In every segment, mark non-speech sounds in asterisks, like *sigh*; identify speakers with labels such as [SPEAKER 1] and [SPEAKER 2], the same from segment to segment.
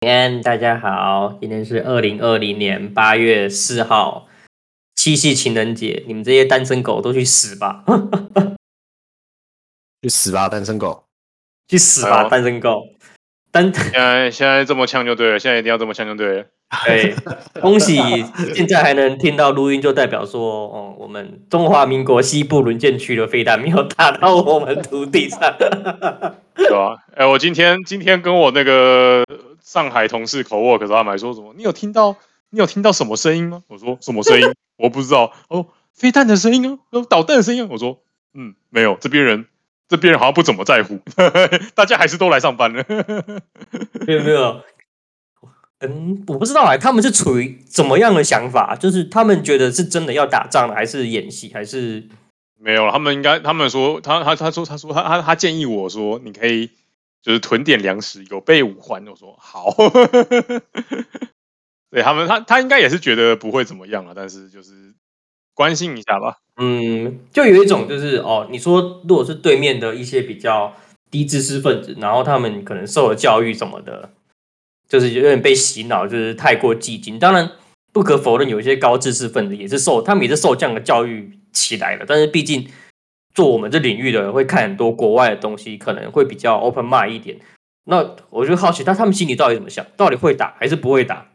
[SPEAKER 1] 平安，大家好，今天是二零二零年八月四号，七夕情人节，你们这些单身狗都去死吧， *laughs*
[SPEAKER 2] 去死吧，单身狗！
[SPEAKER 1] 去死
[SPEAKER 3] 哎
[SPEAKER 1] 吧，
[SPEAKER 3] 呦
[SPEAKER 1] 单身狗！单 *laughs*
[SPEAKER 3] 现在现在这么呛就对了，现在一定要这么呛就对了。 *laughs*
[SPEAKER 1] 对，恭喜现在还能听到录音，就代表说，哦，我们中华民国西部沦陷区的飞弹没有打到我们土地上。
[SPEAKER 3] 对吧、啊？哎、我今天今天跟我那个上海同事口沃，可是他们还说什么？你有听到你有听到什么声音吗？我说什么声音？我不知道。哦，飞弹的声音啊，哦导弹的声音啊。我说嗯，没有，这边人这边人好像不怎么在乎， *laughs* 大家还是都来上班了。
[SPEAKER 1] *laughs* 没有没有，嗯，我不知道哎、他们是处于怎么样的想法？就是他们觉得是真的要打仗了，还是演戏，还是
[SPEAKER 3] 没有了，他们应该他们说他他他说他说他他他建议我说你可以就是囤点粮食，有备无患。我说好。 *laughs* 对他们，他他应该也是觉得不会怎么样啊了，但是就是关心一下吧。 *laughs*
[SPEAKER 1] 嗯，就有一种就是哦，你说如果是对面的一些比较低知识分子，然后他们可能受了教育什么的，就是有点被洗脑，就是太过激进。当然，不可否认，有一些高知识分子也是受他们也是受这样的教育起来的，但是毕竟做我们这领域的人会看很多国外的东西，可能会比较 open mind 一点。那我就好奇，那他们心里到底怎么想？到底会打还是不会打？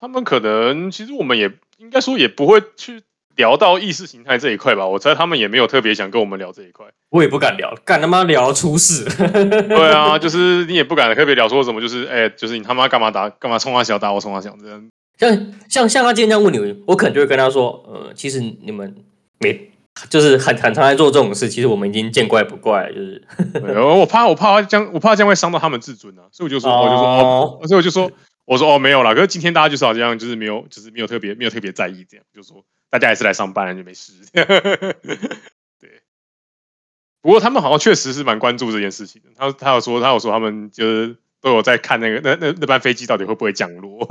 [SPEAKER 3] 他们可能其实我们也应该说也不会去聊到意识形态这一块吧，我猜他们也没有特别想跟我们聊这一块。
[SPEAKER 1] 我也不敢聊，敢他妈聊出事。
[SPEAKER 3] 对啊，就是你也不敢特别聊说什么，就是哎、就是你他妈干嘛打，干嘛冲他小打我冲他小，这样
[SPEAKER 1] 像像像他今天这样问你，我可能就会跟他说，呃，其实你们没，就是很很常在做这种事，其实我们已经见怪不怪了，就是
[SPEAKER 3] 对我怕我怕这样，我怕这样会伤到他们自尊啊，所以我就说，我就说，哦，
[SPEAKER 1] 哦，
[SPEAKER 3] 所以我就说，我说哦没有啦，可是今天大家就是好像就是没有，就是没有特别没有特别在意这样，就说大家还是来上班就没事。 *laughs* 对，不过他们好像确实是蛮关注这件事情的。他他有说他有说他们就是都有在看那个那那那班飞机到底会不会降落。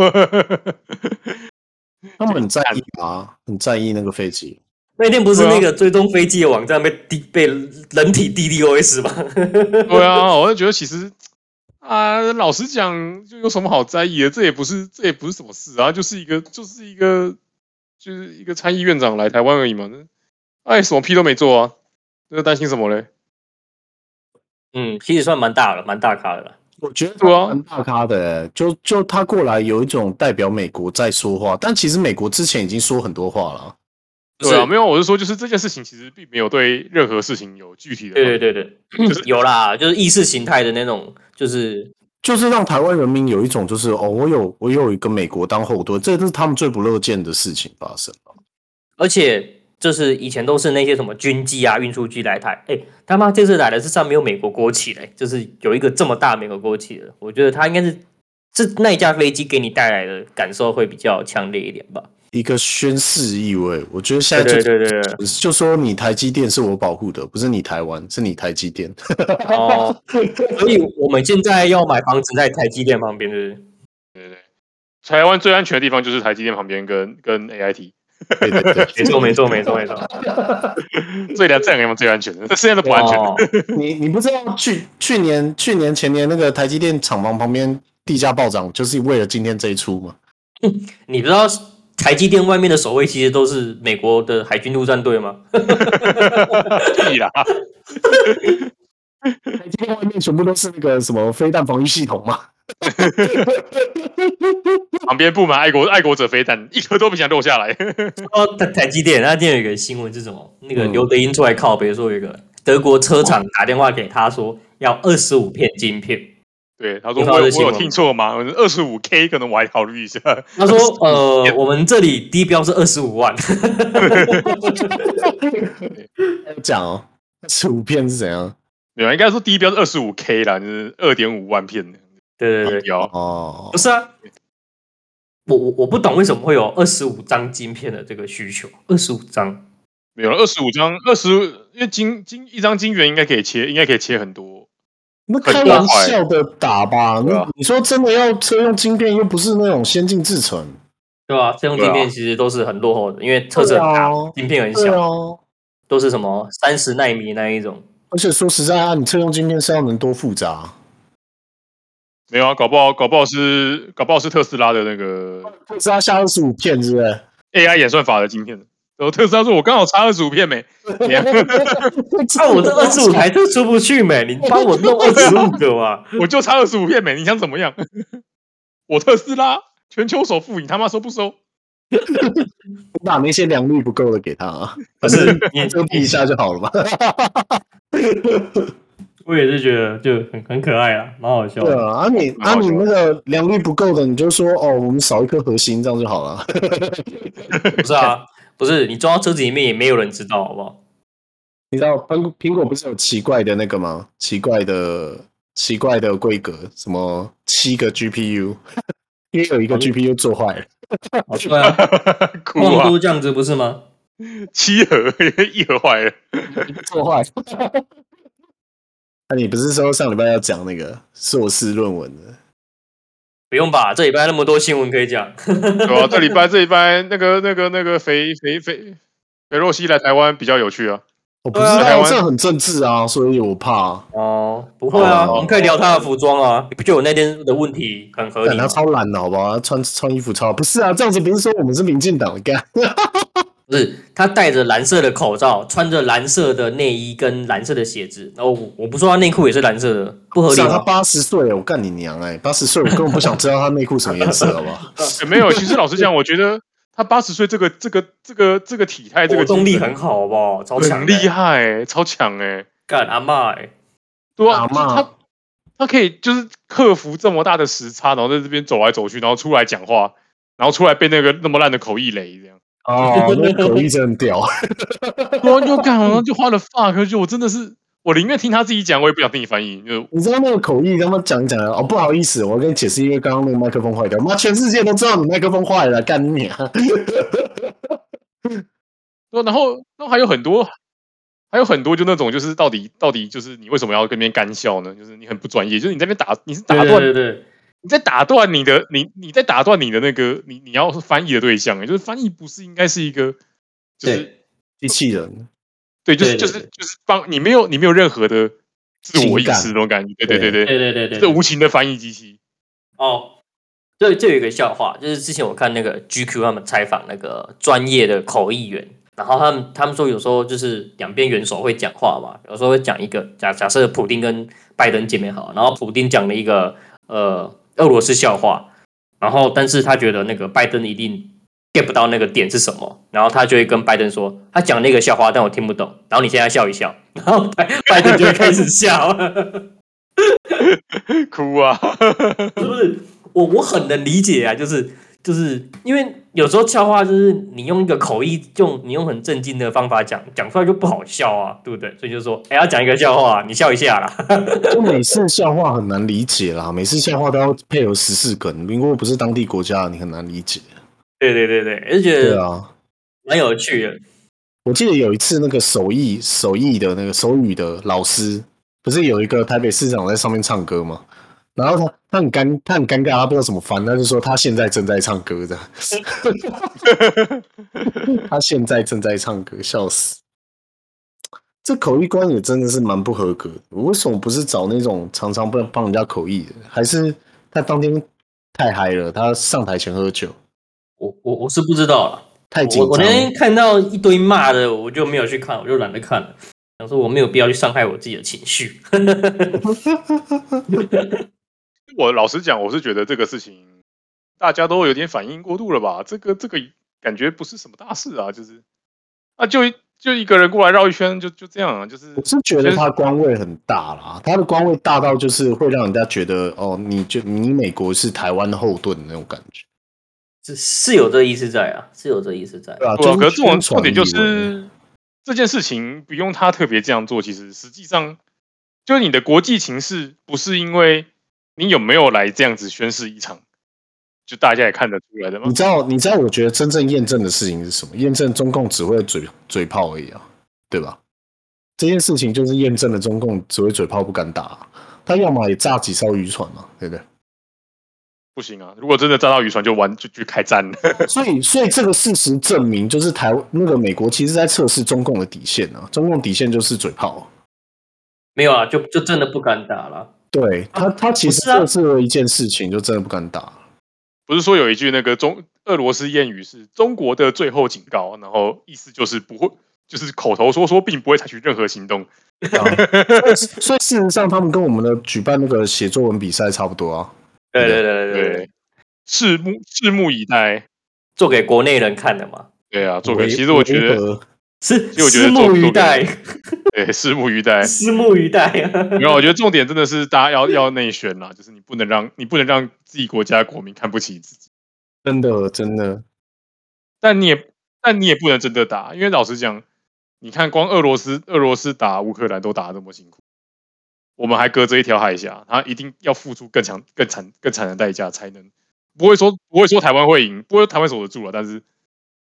[SPEAKER 2] 他们很在意啊，很在意那个飞机。
[SPEAKER 1] 那天不是那个追踪飞机的网站被 D 被人体 DDoS *laughs* 吗？
[SPEAKER 3] 对啊，我就觉得其实啊、老实讲，就有什么好在意的？这也不是，这也不是什么事啊，就是一个，就是一个，就是一个参议院长来台湾而已嘛。哎，什么屁都没做啊，那担心什么嘞？
[SPEAKER 1] 嗯，其实算蛮大了，蛮大咖的了。
[SPEAKER 2] 我觉得
[SPEAKER 3] 对啊
[SPEAKER 2] 蛮大咖的欸、就就他过来有一种代表美国在说话，但其实美国之前已经说很多话了。
[SPEAKER 1] 不是
[SPEAKER 3] 对啊，没有，我是说，就是这件事情其实并没有对任何事情有具体的。
[SPEAKER 1] 对对对对，
[SPEAKER 3] 就是
[SPEAKER 1] 有啦，就是意识形态的那种，就是
[SPEAKER 2] 就是让台湾人民有一种就是哦，我有我有一个美国当后盾，这都是他们最不乐见的事情发生了。
[SPEAKER 1] 而且就是以前都是那些什么军机啊、运输机来台，哎、他妈这次来的是上面有美国国旗嘞、就是有一个这么大美国国旗的，我觉得他应该是这那一架飞机给你带来的感受会比较强烈一点吧。
[SPEAKER 2] 一个宣誓意味，我觉得现
[SPEAKER 1] 对
[SPEAKER 2] 在就
[SPEAKER 1] 对对对对，
[SPEAKER 2] 就说你台积电是我保护的，不是你台湾，是你台积电。 *laughs*
[SPEAKER 1] 哦，所以我们现在要买房子在台积电旁边，对不对？
[SPEAKER 3] 对对，台湾最安全的地方就是台积电旁边跟跟 AIT，
[SPEAKER 2] 对对对，
[SPEAKER 1] 没错没错没错 *laughs* 没错，
[SPEAKER 3] 这两这两个地方最安全的，现在都不安全。
[SPEAKER 1] 哦
[SPEAKER 2] 你你不知道去去年去年前年那个台积电厂房旁边地价暴涨，就是为了今天这一出嘛。
[SPEAKER 1] 你知道台积电外面的守卫其实都是美国的海军陆战队吗？
[SPEAKER 3] 屁啦，
[SPEAKER 2] 台积电外面全部都是那个什么飞弹防御系统嘛。
[SPEAKER 3] 旁边布满爱国爱国者飞弹，一颗都不想落下来。
[SPEAKER 1] 哦，台台积电，那今天有一个新闻是什么？那个
[SPEAKER 2] 嗯
[SPEAKER 1] 刘德英出来靠北说，有一个德国车厂打电话给他说要二十五片晶片，
[SPEAKER 3] 对，他说
[SPEAKER 1] 你看
[SPEAKER 3] 我
[SPEAKER 1] 到这
[SPEAKER 3] 有我
[SPEAKER 1] 新
[SPEAKER 3] 有
[SPEAKER 1] 闻
[SPEAKER 3] 听错吗？二十五 K 可能我还考虑一下。 *laughs*
[SPEAKER 1] 他说呃，我们这里低标是二十五万，
[SPEAKER 2] 讲哦，十五片是怎样？
[SPEAKER 3] 没有，应该说第一标是二十五 K 啦，就是二点五万片的
[SPEAKER 1] 对对对，
[SPEAKER 3] 标。
[SPEAKER 2] 哦
[SPEAKER 1] 不，是啊，我我我不懂为什么会有二十五张晶片的这个需求，二十五张，
[SPEAKER 3] 没有了，二十五张，二十，因为金金一张金元应该可以切，应该可以切很多。
[SPEAKER 2] 那开玩笑的打吧？
[SPEAKER 3] 对啊
[SPEAKER 2] 那你说真的要车用晶片，又不是那种先进制程，
[SPEAKER 1] 对吧、啊？这种晶片其实都是很落后的，因为车子很大，
[SPEAKER 2] 对啊
[SPEAKER 1] 晶片很
[SPEAKER 2] 对
[SPEAKER 1] 小，
[SPEAKER 2] 啊。
[SPEAKER 1] 都是什么三十纳米那
[SPEAKER 2] *laughs*
[SPEAKER 1] 一种。
[SPEAKER 2] 而且说实在啊，你车用晶片是要能多复杂？啊
[SPEAKER 3] 没有啊，搞不好，搞不好是，搞不好是特斯拉的那个
[SPEAKER 2] 特斯拉下二十五片，是不是？
[SPEAKER 3] AI 演算法的晶片。然后特斯拉说：“我刚好差二十五片没。
[SPEAKER 1] 啊，我这二十五台车出不去没？你帮我弄二十五个
[SPEAKER 2] *laughs*
[SPEAKER 1] 嘛？
[SPEAKER 3] 我就差二十五片没，你想怎么样？ *laughs* 我特斯拉全球首富，你他妈收不收？ *laughs*
[SPEAKER 2] 我把那些良率不够的给他、啊，
[SPEAKER 1] 可是
[SPEAKER 2] *laughs*
[SPEAKER 1] 你
[SPEAKER 2] 遮蔽一下就好了
[SPEAKER 3] 啊
[SPEAKER 2] 嘛。
[SPEAKER 1] 我也是觉得就很很可爱啊，蛮好笑
[SPEAKER 2] 对
[SPEAKER 1] 的。
[SPEAKER 2] 啊，啊你啊你那个良率不够的，你就说哦，我们少一颗核心，这样就好了。 *laughs*
[SPEAKER 1] 不是啊，不是你装到车子里面也没有人知道，好不好？
[SPEAKER 2] 你知道苹苹果不是有奇怪的那个吗？奇怪的奇怪的规格，什么七个 GPU，因为 *laughs* 有一个 GPU 做坏了。
[SPEAKER 1] 哦对啊，
[SPEAKER 3] *laughs* 哭
[SPEAKER 1] 梦
[SPEAKER 3] 啊！
[SPEAKER 1] 都这样子不是吗？
[SPEAKER 3] 七盒 *laughs* 一盒坏了，
[SPEAKER 2] 破坏。 *laughs* 那、啊你不是说上礼拜要讲那个硕士论文的？
[SPEAKER 1] 不用吧，这礼拜那么多新闻可以讲。
[SPEAKER 3] *laughs* 对啊，这礼拜这礼拜那个那个那个肥肥肥肥肉西来台湾比较有趣啊。
[SPEAKER 2] 我不知
[SPEAKER 3] 对啊台
[SPEAKER 2] 道，
[SPEAKER 3] 湾
[SPEAKER 2] 这很政治啊，所以我怕。
[SPEAKER 1] 哦，不会啊，
[SPEAKER 3] 哦
[SPEAKER 1] 我们可以聊他的服装啊。不就我那天的问题很合
[SPEAKER 2] 但
[SPEAKER 1] 理吗
[SPEAKER 2] 他？哦超懒的，好不好？他穿穿衣服超不是啊，这样子不是说我们是民进党干？
[SPEAKER 1] 不是，他戴着蓝色的口罩，穿着蓝色的内衣跟蓝色的鞋子。然后我我不说他内裤也是蓝色的，不合
[SPEAKER 2] 不是
[SPEAKER 1] 理
[SPEAKER 2] 啊，他
[SPEAKER 1] 吗？
[SPEAKER 2] 八十岁，我干你娘哎、八十岁我根本不想知道他内裤什么颜色，好不
[SPEAKER 1] *laughs*
[SPEAKER 2] 好？
[SPEAKER 1] 嗯
[SPEAKER 3] 欸没有，其实老实讲，我觉得他八十岁这个这个这个这个体态，这
[SPEAKER 1] 活
[SPEAKER 3] 个
[SPEAKER 1] 动力
[SPEAKER 3] 精神
[SPEAKER 1] 很好，好不好？超强
[SPEAKER 3] 很
[SPEAKER 1] 的欸，
[SPEAKER 3] 厉害、欸，超强哎、
[SPEAKER 1] 干阿妈哎，
[SPEAKER 3] 对啊，
[SPEAKER 2] 阿
[SPEAKER 3] 就
[SPEAKER 2] 嬷
[SPEAKER 3] 是他他可以就是克服这么大的时差，然后在这边走来走去，然后出来讲话，然后出来被那个那么烂的口译雷这样，
[SPEAKER 2] 哦，那口译真的很屌，
[SPEAKER 3] 突然啊就干，然后就花了 fuck，就我真的是，我宁愿听他自己讲，我也不想听你翻译，就
[SPEAKER 2] 你知道那个口译他们讲一讲哦，不好意思，我跟你解释，因为刚刚那个麦克风坏掉，妈，全世界都知道你麦克风坏了，干你娘！
[SPEAKER 3] 对啊然后然后还有很多。还有很多就那种就是到底到底就是你为什么要跟别人干笑呢？就是你很不专业，就是你在那边打你是打
[SPEAKER 1] 对
[SPEAKER 3] 断
[SPEAKER 1] 啊对对对，
[SPEAKER 3] 你在打断你的你你在打断你的那个你你要翻译的对象，欸就是翻译不是应该是一个就是
[SPEAKER 1] 对
[SPEAKER 2] 机器人，
[SPEAKER 3] 对就是
[SPEAKER 1] 对对
[SPEAKER 3] 就
[SPEAKER 1] 对
[SPEAKER 3] 是就是帮你没有你没有任何的自我意
[SPEAKER 2] 情感
[SPEAKER 3] 识那种感觉，对对对对，
[SPEAKER 1] 对对对
[SPEAKER 3] 这
[SPEAKER 1] 对，
[SPEAKER 3] 无情的翻译机器， *laughs*
[SPEAKER 1] 哦，这这有一个笑话，就是之前我看那个 GQ 他们采访那个专业的口译员，然后他们他们说有时候就是两边元首会讲话嘛，有时候会讲一个假假设普丁跟拜登见面好，然后普丁讲了一个呃俄罗斯笑话，然后但是他觉得那个拜登一定 get 不到那个点是什么，然后他就会跟拜登说他讲那个笑话，但我听不懂，然后你现在笑一笑，然后拜拜登就会开始笑。
[SPEAKER 3] 哭啊！
[SPEAKER 1] 是不是？我我很能理解啊，就是就是因为有时候笑话就是你用一个口译，用你用很正经的方法讲，讲出来就不好笑啊，对不对？所以就说，哎、要讲一个笑话，你笑一下啦。
[SPEAKER 2] 就美式笑话很难理解啦，美式笑话都要配合时事梗，如果不是当地国家，你很难理解。
[SPEAKER 1] 对对对对，就觉
[SPEAKER 2] 对
[SPEAKER 1] 得
[SPEAKER 2] 啊，
[SPEAKER 1] 蛮有趣的。
[SPEAKER 2] 我记得有一次那个手艺手艺的那个手语的老师，不是有一个台北市长在上面唱歌吗？然后他他很尴他很尴尬，他不知道怎么翻，他就说他现在正在唱歌的， *laughs* 他现在正在唱歌，笑死！这口译官也真的是蛮不合格的，我为什么不是找那种常常帮帮人家口译的？还是他当天太嗨了，他上台前喝酒，
[SPEAKER 1] 我我我是不知道了，
[SPEAKER 2] 太紧
[SPEAKER 1] 我
[SPEAKER 2] 张
[SPEAKER 1] 我那
[SPEAKER 2] 了。
[SPEAKER 1] 天看到一堆骂的，我就没有去看，我就懒得看了。想说我没有必要去伤害我自己的情绪。
[SPEAKER 3] 我老实讲，我是觉得这个事情大家都有点反应过度了吧？这个这个感觉不是什么大事啊，就是啊就就一个人过来绕一圈，就就这样啊，就是
[SPEAKER 2] 我是觉得他官位很大啦，他的官位大到就是会让人家觉得哦，你就你美国是台湾的后盾的那种感觉，
[SPEAKER 1] 是是有这意思在啊，是有这意思在。
[SPEAKER 2] 对啊，
[SPEAKER 3] 对啊，
[SPEAKER 2] 就
[SPEAKER 3] 可是这种
[SPEAKER 2] 宣传
[SPEAKER 3] 重点就
[SPEAKER 2] 以为
[SPEAKER 3] 是这件事情不用他特别这样做，其实实际上就是你的国际情势不是因为你有没有来这样子宣誓一场，就大家也看得出来的吗
[SPEAKER 2] 你？知道，你知道，我觉得真正验证的事情是什么？验证中共只会嘴嘴炮而已啊，对吧？这件事情就是验证了中共只会嘴炮不敢打啊、他要么也炸几艘渔船嘛，对不 *laughs* 对？
[SPEAKER 3] 不行啊！如果真的站到渔船就完就就开战了。
[SPEAKER 2] 所以，所以这个事实证明，就是台那个美国其实在测试中共的底线啊，中共底线就是嘴炮啊、
[SPEAKER 1] 没有啊，就就真的不敢打了。
[SPEAKER 2] 对他，他其实
[SPEAKER 1] 不是啊
[SPEAKER 2] 测试了一件事情，就真的不敢
[SPEAKER 1] *laughs*
[SPEAKER 2] 打。啊
[SPEAKER 3] 不是说有一句那个中俄罗斯谚语是中国的最后警告，然后意思就是不会，就是口头说说，并不会采取任何行动。
[SPEAKER 2] 所以所以事实上，他们跟我们的举办那个写作文比赛差不多啊。
[SPEAKER 1] 对对对对对，
[SPEAKER 3] 对，拭目拭目以待。
[SPEAKER 1] 做给国内人看的嘛，
[SPEAKER 3] 对啊，做个
[SPEAKER 2] 维
[SPEAKER 3] 其实我觉
[SPEAKER 2] 维
[SPEAKER 3] 得
[SPEAKER 2] 和
[SPEAKER 1] 是
[SPEAKER 3] 其实我觉得
[SPEAKER 1] 拭
[SPEAKER 3] 做
[SPEAKER 1] 目以待，
[SPEAKER 3] 对拭目以待。
[SPEAKER 1] 拭目以待啊！
[SPEAKER 3] 没有，我觉得重点真的是大家要要内宣啦，就是你不能让你不能让自己国家国民看不起自己，
[SPEAKER 2] 真的真的，
[SPEAKER 3] 但你也但你也不能真的打，因为老实讲，你看光俄罗斯俄罗斯打乌克兰都打得这么辛苦，我们还隔着一条海峡，他一定要付出更强、更惨、更惨的代价才能，不会说不会说台湾会赢，不会说台湾守得住了，但是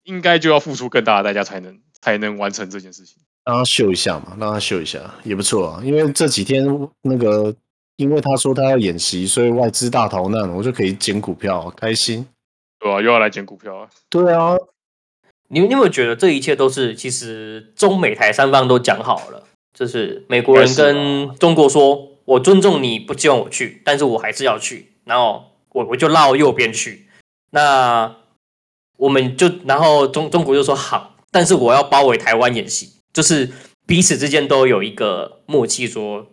[SPEAKER 3] 应该就要付出更大的代价才能才能完成这件事情。
[SPEAKER 2] 让他秀一下嘛，让他秀一下也不错啊。因为这几天那个，因为他说他要演习，所以外资大逃难，我就可以捡股票，开心。
[SPEAKER 3] 对吧、又要来捡股票了，
[SPEAKER 2] 对啊，
[SPEAKER 1] 你你有没有觉得这一切都是其实中美台三方都讲好了，就是美国人跟中国说，我尊重你不叫我去，但是我还是要去，然后我我就绕右边去。那我们就然后中中国就说好，但是我要包围台湾演习，就是彼此之间都有一个默契说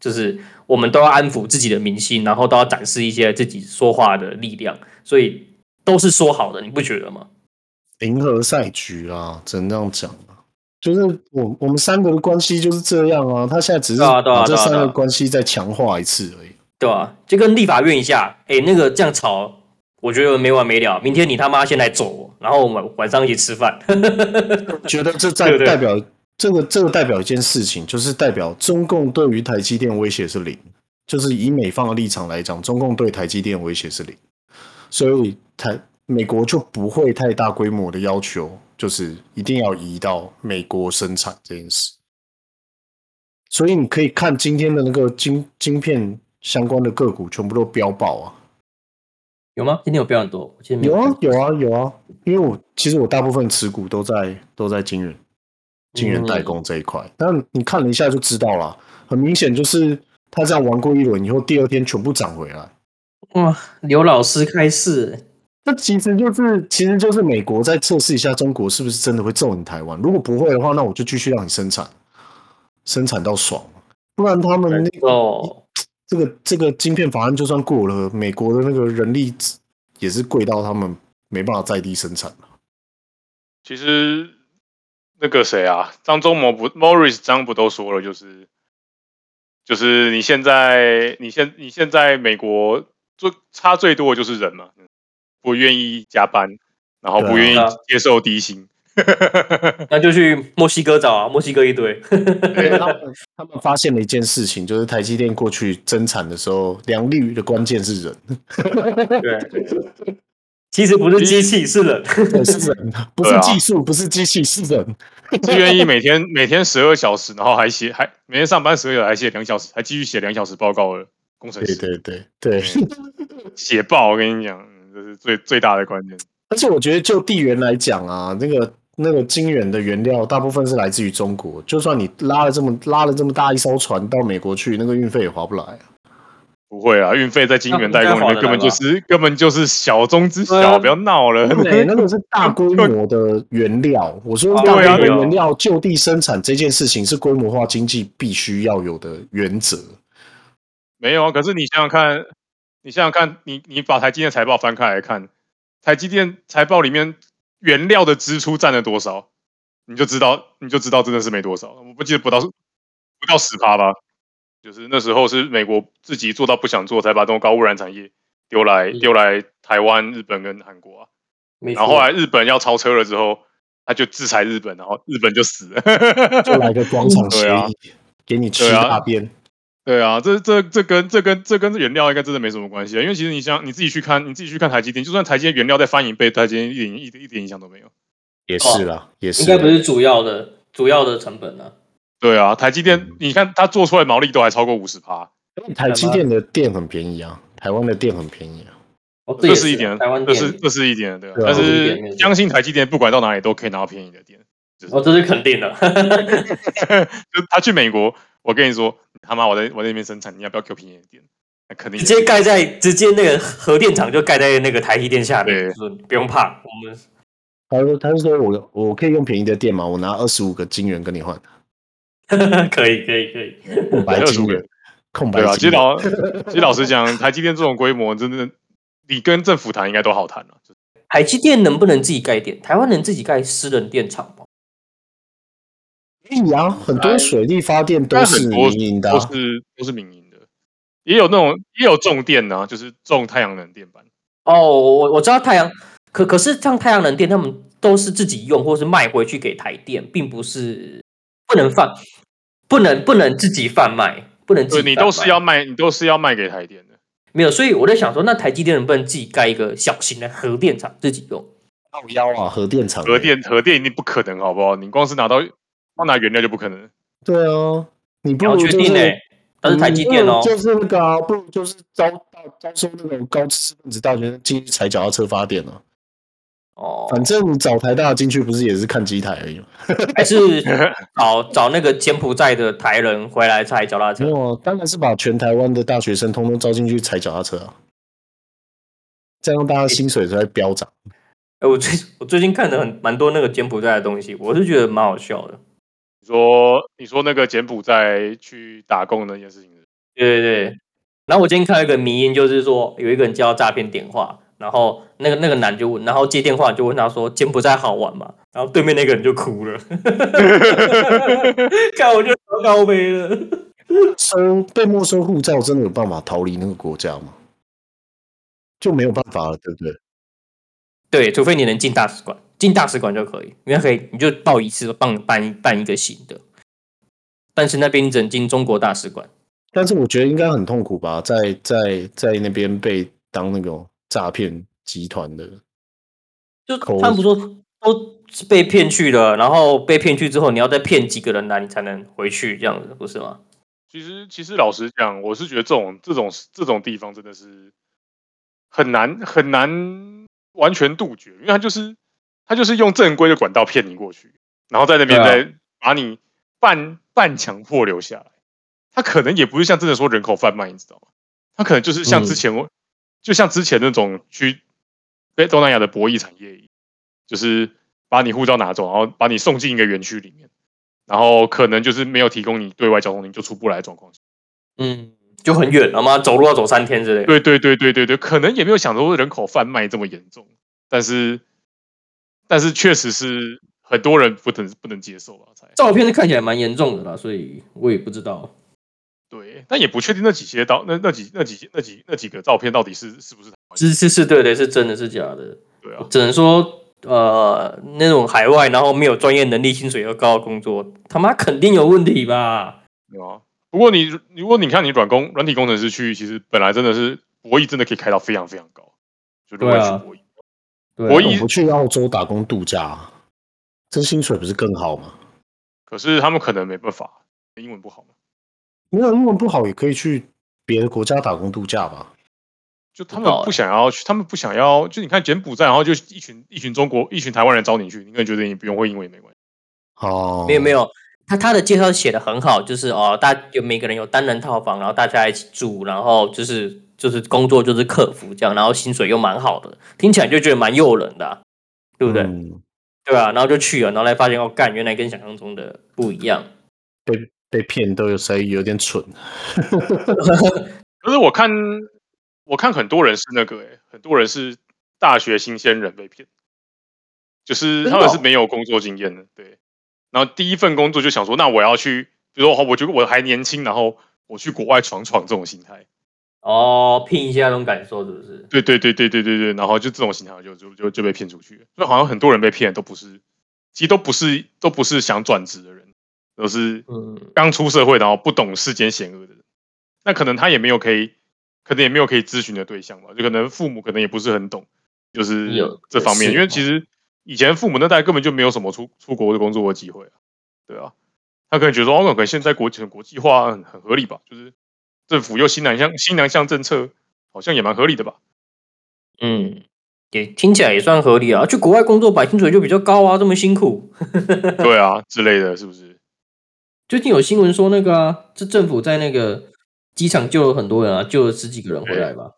[SPEAKER 1] 就是我们都要安抚自己的民心，然后都要展示一些自己说话的力量，所以都是说好的，你不觉得吗？
[SPEAKER 2] 零和赛局啊，只能这样讲啊。就是我我们三个的关系就是这样啊，他现在只是
[SPEAKER 1] 对啊对啊
[SPEAKER 2] 把这
[SPEAKER 1] 对啊
[SPEAKER 2] 三
[SPEAKER 1] 对啊
[SPEAKER 2] 个关系再强化一次而已。
[SPEAKER 1] 对啊，
[SPEAKER 3] 嗯
[SPEAKER 1] 就跟立法院一下，哎、那个这样吵，我觉得没完没了。明天你他妈先来揍我，然后我们晚上一起吃饭。 *laughs*
[SPEAKER 2] *laughs* 觉得这代
[SPEAKER 1] 对对
[SPEAKER 2] 代表这个这个代表一件事情，就是代表中共对于台积电威胁是零，就是以美方的立场来讲，中共对台积电威胁是零，所以台美国就不会太大规模的要求，就是一定要移到美国生产这件事。所以你可以看今天的那个晶晶片相关的个股，全部都飙爆啊！
[SPEAKER 1] 有吗？今天有标很多，我今天没
[SPEAKER 2] 有啊
[SPEAKER 1] 看，
[SPEAKER 2] 有啊，有啊！因为我其实我大部分持股都在都在金源、金源代工这一块，但你看了一下就知道了，很明显就是他这样玩过一轮以后，第二天全部涨回来。
[SPEAKER 1] 哇，刘老师开示，
[SPEAKER 2] 那其实就是其实就是美国在测试一下中国是不是真的会揍你台湾，如果不会的话，那我就继续让你生产，生产到爽。不然他们那个
[SPEAKER 1] 哦，
[SPEAKER 2] 这个这个晶片法案就算过了，美国的那个人力也是贵到他们没办法在地生产。
[SPEAKER 3] 其实那个谁啊，张忠谋不，Morris 张不都说了，就是就是你现在你现你现在美国最差最多的就是人嘛，不愿意加班，然后
[SPEAKER 2] 对啊
[SPEAKER 3] 不愿意
[SPEAKER 1] 对啊
[SPEAKER 3] 接受低薪。
[SPEAKER 1] 那就去墨西哥找啊，墨西哥一
[SPEAKER 2] *laughs*
[SPEAKER 1] 堆。
[SPEAKER 2] 对他们他们发现了一件事情，就是台积电过去增产的时候，良率的关键是人， *laughs*
[SPEAKER 1] 对，其实不是机器，是人。
[SPEAKER 2] 对，呃是人，不
[SPEAKER 3] 对
[SPEAKER 2] 是
[SPEAKER 3] 啊
[SPEAKER 2] 技术，不是机器，是人。
[SPEAKER 3] 是愿意每天每天十二小时，然后还写还每天上班十二小时还写两小时，还继续写两小时报告的工程
[SPEAKER 2] 对
[SPEAKER 3] 师
[SPEAKER 2] 对对对，
[SPEAKER 3] 写爆，我跟你讲，嗯这是最最大的关键。
[SPEAKER 2] 而且我觉得就地缘来讲啊，那个那个晶圆的原料大部分是来自于中国，就算你拉了这么拉了这么大一艘船到美国去，那个运费也划不来啊。
[SPEAKER 3] 不会啊，运费在金源代工里面根本就是根本就是小中之
[SPEAKER 1] 对啊
[SPEAKER 3] 小，不要闹了。
[SPEAKER 2] 对，那个是大规模的原料。我说大规模的原料就地生产这件事情是规模化经济必须要有的原则。
[SPEAKER 3] *laughs* 没有啊，可是你想想看，你想想看，你你把台积电财报翻开来看，台积电财报里面原料的支出占了多少，你就知道，你就知道真的是没多少。我不记得不到不到十趴吧，就是那时候是美国自己做到不想做，才把这种高污染产业丢来
[SPEAKER 1] 嗯
[SPEAKER 3] 丢来台湾、日本跟韩国啊。
[SPEAKER 1] 没
[SPEAKER 3] 然后后来日本要超车了之后，他就制裁日本，然后日本就死了。
[SPEAKER 2] 就来个广场协
[SPEAKER 3] 对啊
[SPEAKER 2] 议，给你吃
[SPEAKER 3] 对啊
[SPEAKER 2] 大便。
[SPEAKER 3] *laughs* 对啊，这这这跟这跟这跟原料应该真的没什么关系啊，因为其实你想你自己去看，你自己去看台积电，就算台积电原料再翻一倍，台积电一点一点一点影响都没有。
[SPEAKER 2] 也是啦，也是
[SPEAKER 1] 应
[SPEAKER 2] 啦。
[SPEAKER 1] 该不是主要的主要的成本啊。
[SPEAKER 3] 对啊，台积电你看它做出来毛利都还超过五十趴，
[SPEAKER 2] 台积电的电很便宜啊，台湾的电很便宜啊。
[SPEAKER 1] 哦，
[SPEAKER 3] 这
[SPEAKER 1] 也
[SPEAKER 3] 是一
[SPEAKER 1] 啊
[SPEAKER 3] 点，
[SPEAKER 1] 台湾
[SPEAKER 3] 这
[SPEAKER 1] 电
[SPEAKER 3] 是
[SPEAKER 1] 影
[SPEAKER 3] 这是一点，对啊。
[SPEAKER 2] 对啊这
[SPEAKER 3] 但
[SPEAKER 1] 是一点没
[SPEAKER 3] 是
[SPEAKER 1] 错
[SPEAKER 3] 相信台积电不管到哪里都可以拿到便宜的电，
[SPEAKER 1] 哦，这是肯定的。 *laughs*
[SPEAKER 3] 就他去美国，我跟你说，他妈我在我在那边生产，你要不要给我便宜一点？那肯定
[SPEAKER 1] 直接盖在直接那个核电厂就盖在那个台积电下面，
[SPEAKER 3] 对
[SPEAKER 1] 就是不用怕，我们
[SPEAKER 2] 他说：“他就说我我可以用便宜的电嘛，我拿二十五个金元跟你换，
[SPEAKER 1] *laughs* 可以可以可以，
[SPEAKER 2] 空白金
[SPEAKER 3] 25
[SPEAKER 2] 元
[SPEAKER 3] 个，
[SPEAKER 2] 空白
[SPEAKER 3] 对啊。其
[SPEAKER 2] 金
[SPEAKER 3] 实
[SPEAKER 2] 元。
[SPEAKER 3] 老其实老实讲，台积电这种规模，真的你跟政府谈应该都好谈了、就
[SPEAKER 1] 台积电能不能自己盖电？台湾能自己盖私人电厂吗？
[SPEAKER 2] 可以啊，很多水力发电都
[SPEAKER 3] 但
[SPEAKER 2] 是
[SPEAKER 3] 很多
[SPEAKER 2] 民营的啊、
[SPEAKER 3] 哎都是都是民营的，也有那种也有种电呢、就是种太阳能电板。
[SPEAKER 1] 哦，我我知道太阳，可可是像太阳能电，他们都是自己用或是卖回去给台电，并不是不能贩，不能不能自己贩卖，不能自
[SPEAKER 3] 对
[SPEAKER 1] 己
[SPEAKER 3] 你
[SPEAKER 1] 贩
[SPEAKER 3] 都是
[SPEAKER 1] 卖
[SPEAKER 3] 要卖，你都是要卖给台电的。
[SPEAKER 1] 没有，所以我在想说，那台积电能不能自己盖一个小型的核电厂自己用？
[SPEAKER 2] 靠腰啊，核电厂、
[SPEAKER 3] 核电核电一定不可能，好不好？你光是拿到光拿原料就不可能。
[SPEAKER 2] 对啊，你不
[SPEAKER 1] 然后
[SPEAKER 2] 如
[SPEAKER 1] 确
[SPEAKER 2] 就
[SPEAKER 1] 定
[SPEAKER 2] 是、
[SPEAKER 1] 呢、但是台积电哦
[SPEAKER 2] 嗯，就是那个、啊，不如就是招招收那种高知识分子大学生进去踩脚踏车发电啊。
[SPEAKER 1] 哦，
[SPEAKER 2] 反正你找台大进去不是也是看机台而已吗？
[SPEAKER 1] 还是找找那个柬埔寨的台人回来踩脚踏
[SPEAKER 2] 没
[SPEAKER 1] 车。
[SPEAKER 2] 有啊，当然是把全台湾的大学生通通招进去踩脚踏车啊，这样大家薪水才会飙涨。
[SPEAKER 1] 哎、我最我最近 *laughs* 看的很蛮多那个柬埔寨的东西，我是觉得蛮好笑的。
[SPEAKER 3] 你说你说那个柬埔寨去打工的那件事情是
[SPEAKER 1] 对对对。然后我今天看到一个迷因，就是说有一个人接到诈骗电话，然后那个那个男就问，然后接电话就问他说柬埔寨好玩吗？然后对面那个人就哭了， *laughs* 看我就超高杯了。
[SPEAKER 2] 收被没收护照，真的有办法逃离那个国家吗？就没有办法了，对不对？
[SPEAKER 1] 对，除非你能进大使馆，进大使馆就可以，因为可以你就报一次，帮你办一办一个新的。但是那边你只能进中国大使馆。
[SPEAKER 2] 但是我觉得应该很痛苦吧，在在在那边被当那种诈骗集团的，
[SPEAKER 1] 就
[SPEAKER 2] 口
[SPEAKER 1] 他们不说都是被骗去了，然后被骗去之后，你要再骗几个人来，你才能回去，这样子不是吗？
[SPEAKER 3] 其实，其实老实讲，我是觉得这种这种这种地方真的是很难很难完全杜绝，因为他就是他就是用正规的管道骗你过去，然后在那边
[SPEAKER 1] 对
[SPEAKER 3] 再把你半半强迫留下来。他可能也不是像真的说人口贩卖，你知道吗？他可能就是像之前我、就像之前那种去被东南亚的博弈产业一样，就是把你护照拿走，然后把你送进一个园区里面，然后可能就是没有提供你对外交通，你就出不来的状况。
[SPEAKER 1] 嗯，就很远了嘛，走路要走三天之类的。
[SPEAKER 3] 对对对对对对，可能也没有想说人口贩卖这么严重，但是但是确实是很多人不能不能接受吧，才
[SPEAKER 1] 照片是看起来蛮严重的啦，所以我也不知道。
[SPEAKER 3] 对，但也不确定那几些到那那几那几那几那几个照片到底是是不是台湾
[SPEAKER 1] 是是是对的，是真的是假的，
[SPEAKER 3] 对啊，
[SPEAKER 1] 只能说呃，那种海外然后没有专业能力、薪水又高的工作，他妈肯定有问题吧？
[SPEAKER 3] 对啊。不过你如果你看你软工软体工程师区域，其实本来真的是博弈真的可以开到非常非常高，就如果
[SPEAKER 1] 对
[SPEAKER 3] 你
[SPEAKER 1] 啊
[SPEAKER 3] 去博弈，
[SPEAKER 1] 对啊
[SPEAKER 3] 我
[SPEAKER 2] 那
[SPEAKER 3] 以
[SPEAKER 2] 我不去澳洲打工度假、啊这薪水不是更好吗？
[SPEAKER 3] 可是他们可能没办法，英文不好嘛，
[SPEAKER 2] 没有英文不好也可以去别的国家打工度假吧？
[SPEAKER 3] 就他
[SPEAKER 1] 不知道
[SPEAKER 3] 们
[SPEAKER 1] 欸
[SPEAKER 3] 不想要去，他们不想要，就你看柬埔寨，然后就一群一群中国一群台湾人招你去，你可能觉得你不用会英文也没关系。
[SPEAKER 2] 哦，
[SPEAKER 1] 没有没有，他他的介绍写的很好，就是哦，大有每个人有单人套房，然后大家一起住，然后就是就是工作就是客服这样，然后薪水又蛮好的，听起来就觉得蛮诱人的啊、对不对？
[SPEAKER 2] 嗯
[SPEAKER 1] 对啊，然后就去了，然后才发现哦，干，原来跟想象中的不一样。
[SPEAKER 2] 被骗都有谁有点蠢，
[SPEAKER 3] 可是我看我看很多人是那个、欸，很多人是大学新鲜人被骗，就
[SPEAKER 1] 真
[SPEAKER 3] 是
[SPEAKER 1] 的
[SPEAKER 3] 他们是
[SPEAKER 1] 哦
[SPEAKER 3] 没有工作经验的，对。然后第一份工作就想说，那我要去，比如说哦我觉得我还年轻，然后我去国外闯闯这种心态，
[SPEAKER 1] 哦，拼一下那种感受是不是？
[SPEAKER 3] 对对对对对对对，然后就这种心态就就就就被骗出去了，所以好像很多人被骗都不是，其实都不是都不是想转职的人，都是
[SPEAKER 1] 嗯，
[SPEAKER 3] 刚出社会然后不懂世间险恶的人，那可能他也没有可以，可能也没有可以咨询的对象吧，就可能父母可能也不是很懂，就是
[SPEAKER 1] 有
[SPEAKER 3] 这方
[SPEAKER 1] 是
[SPEAKER 3] 面，
[SPEAKER 1] 哦
[SPEAKER 3] 因为其实以前父母那代根本就没有什么出出国的工作的机会啊，对啊，他可能觉得说，哦，可能现在国国际化很很合理吧，就是政府又新南向新南向政策，好像也蛮合理的吧， *laughs*
[SPEAKER 1] 嗯，也听起来也算合理啊。去国外工作，白薪水就比较高啊，这么辛苦。
[SPEAKER 3] 对啊之类的，是不是？
[SPEAKER 1] 最近有新闻说那个啊，这政府在那个机场救了很多人啊，救了十几个人回来吧。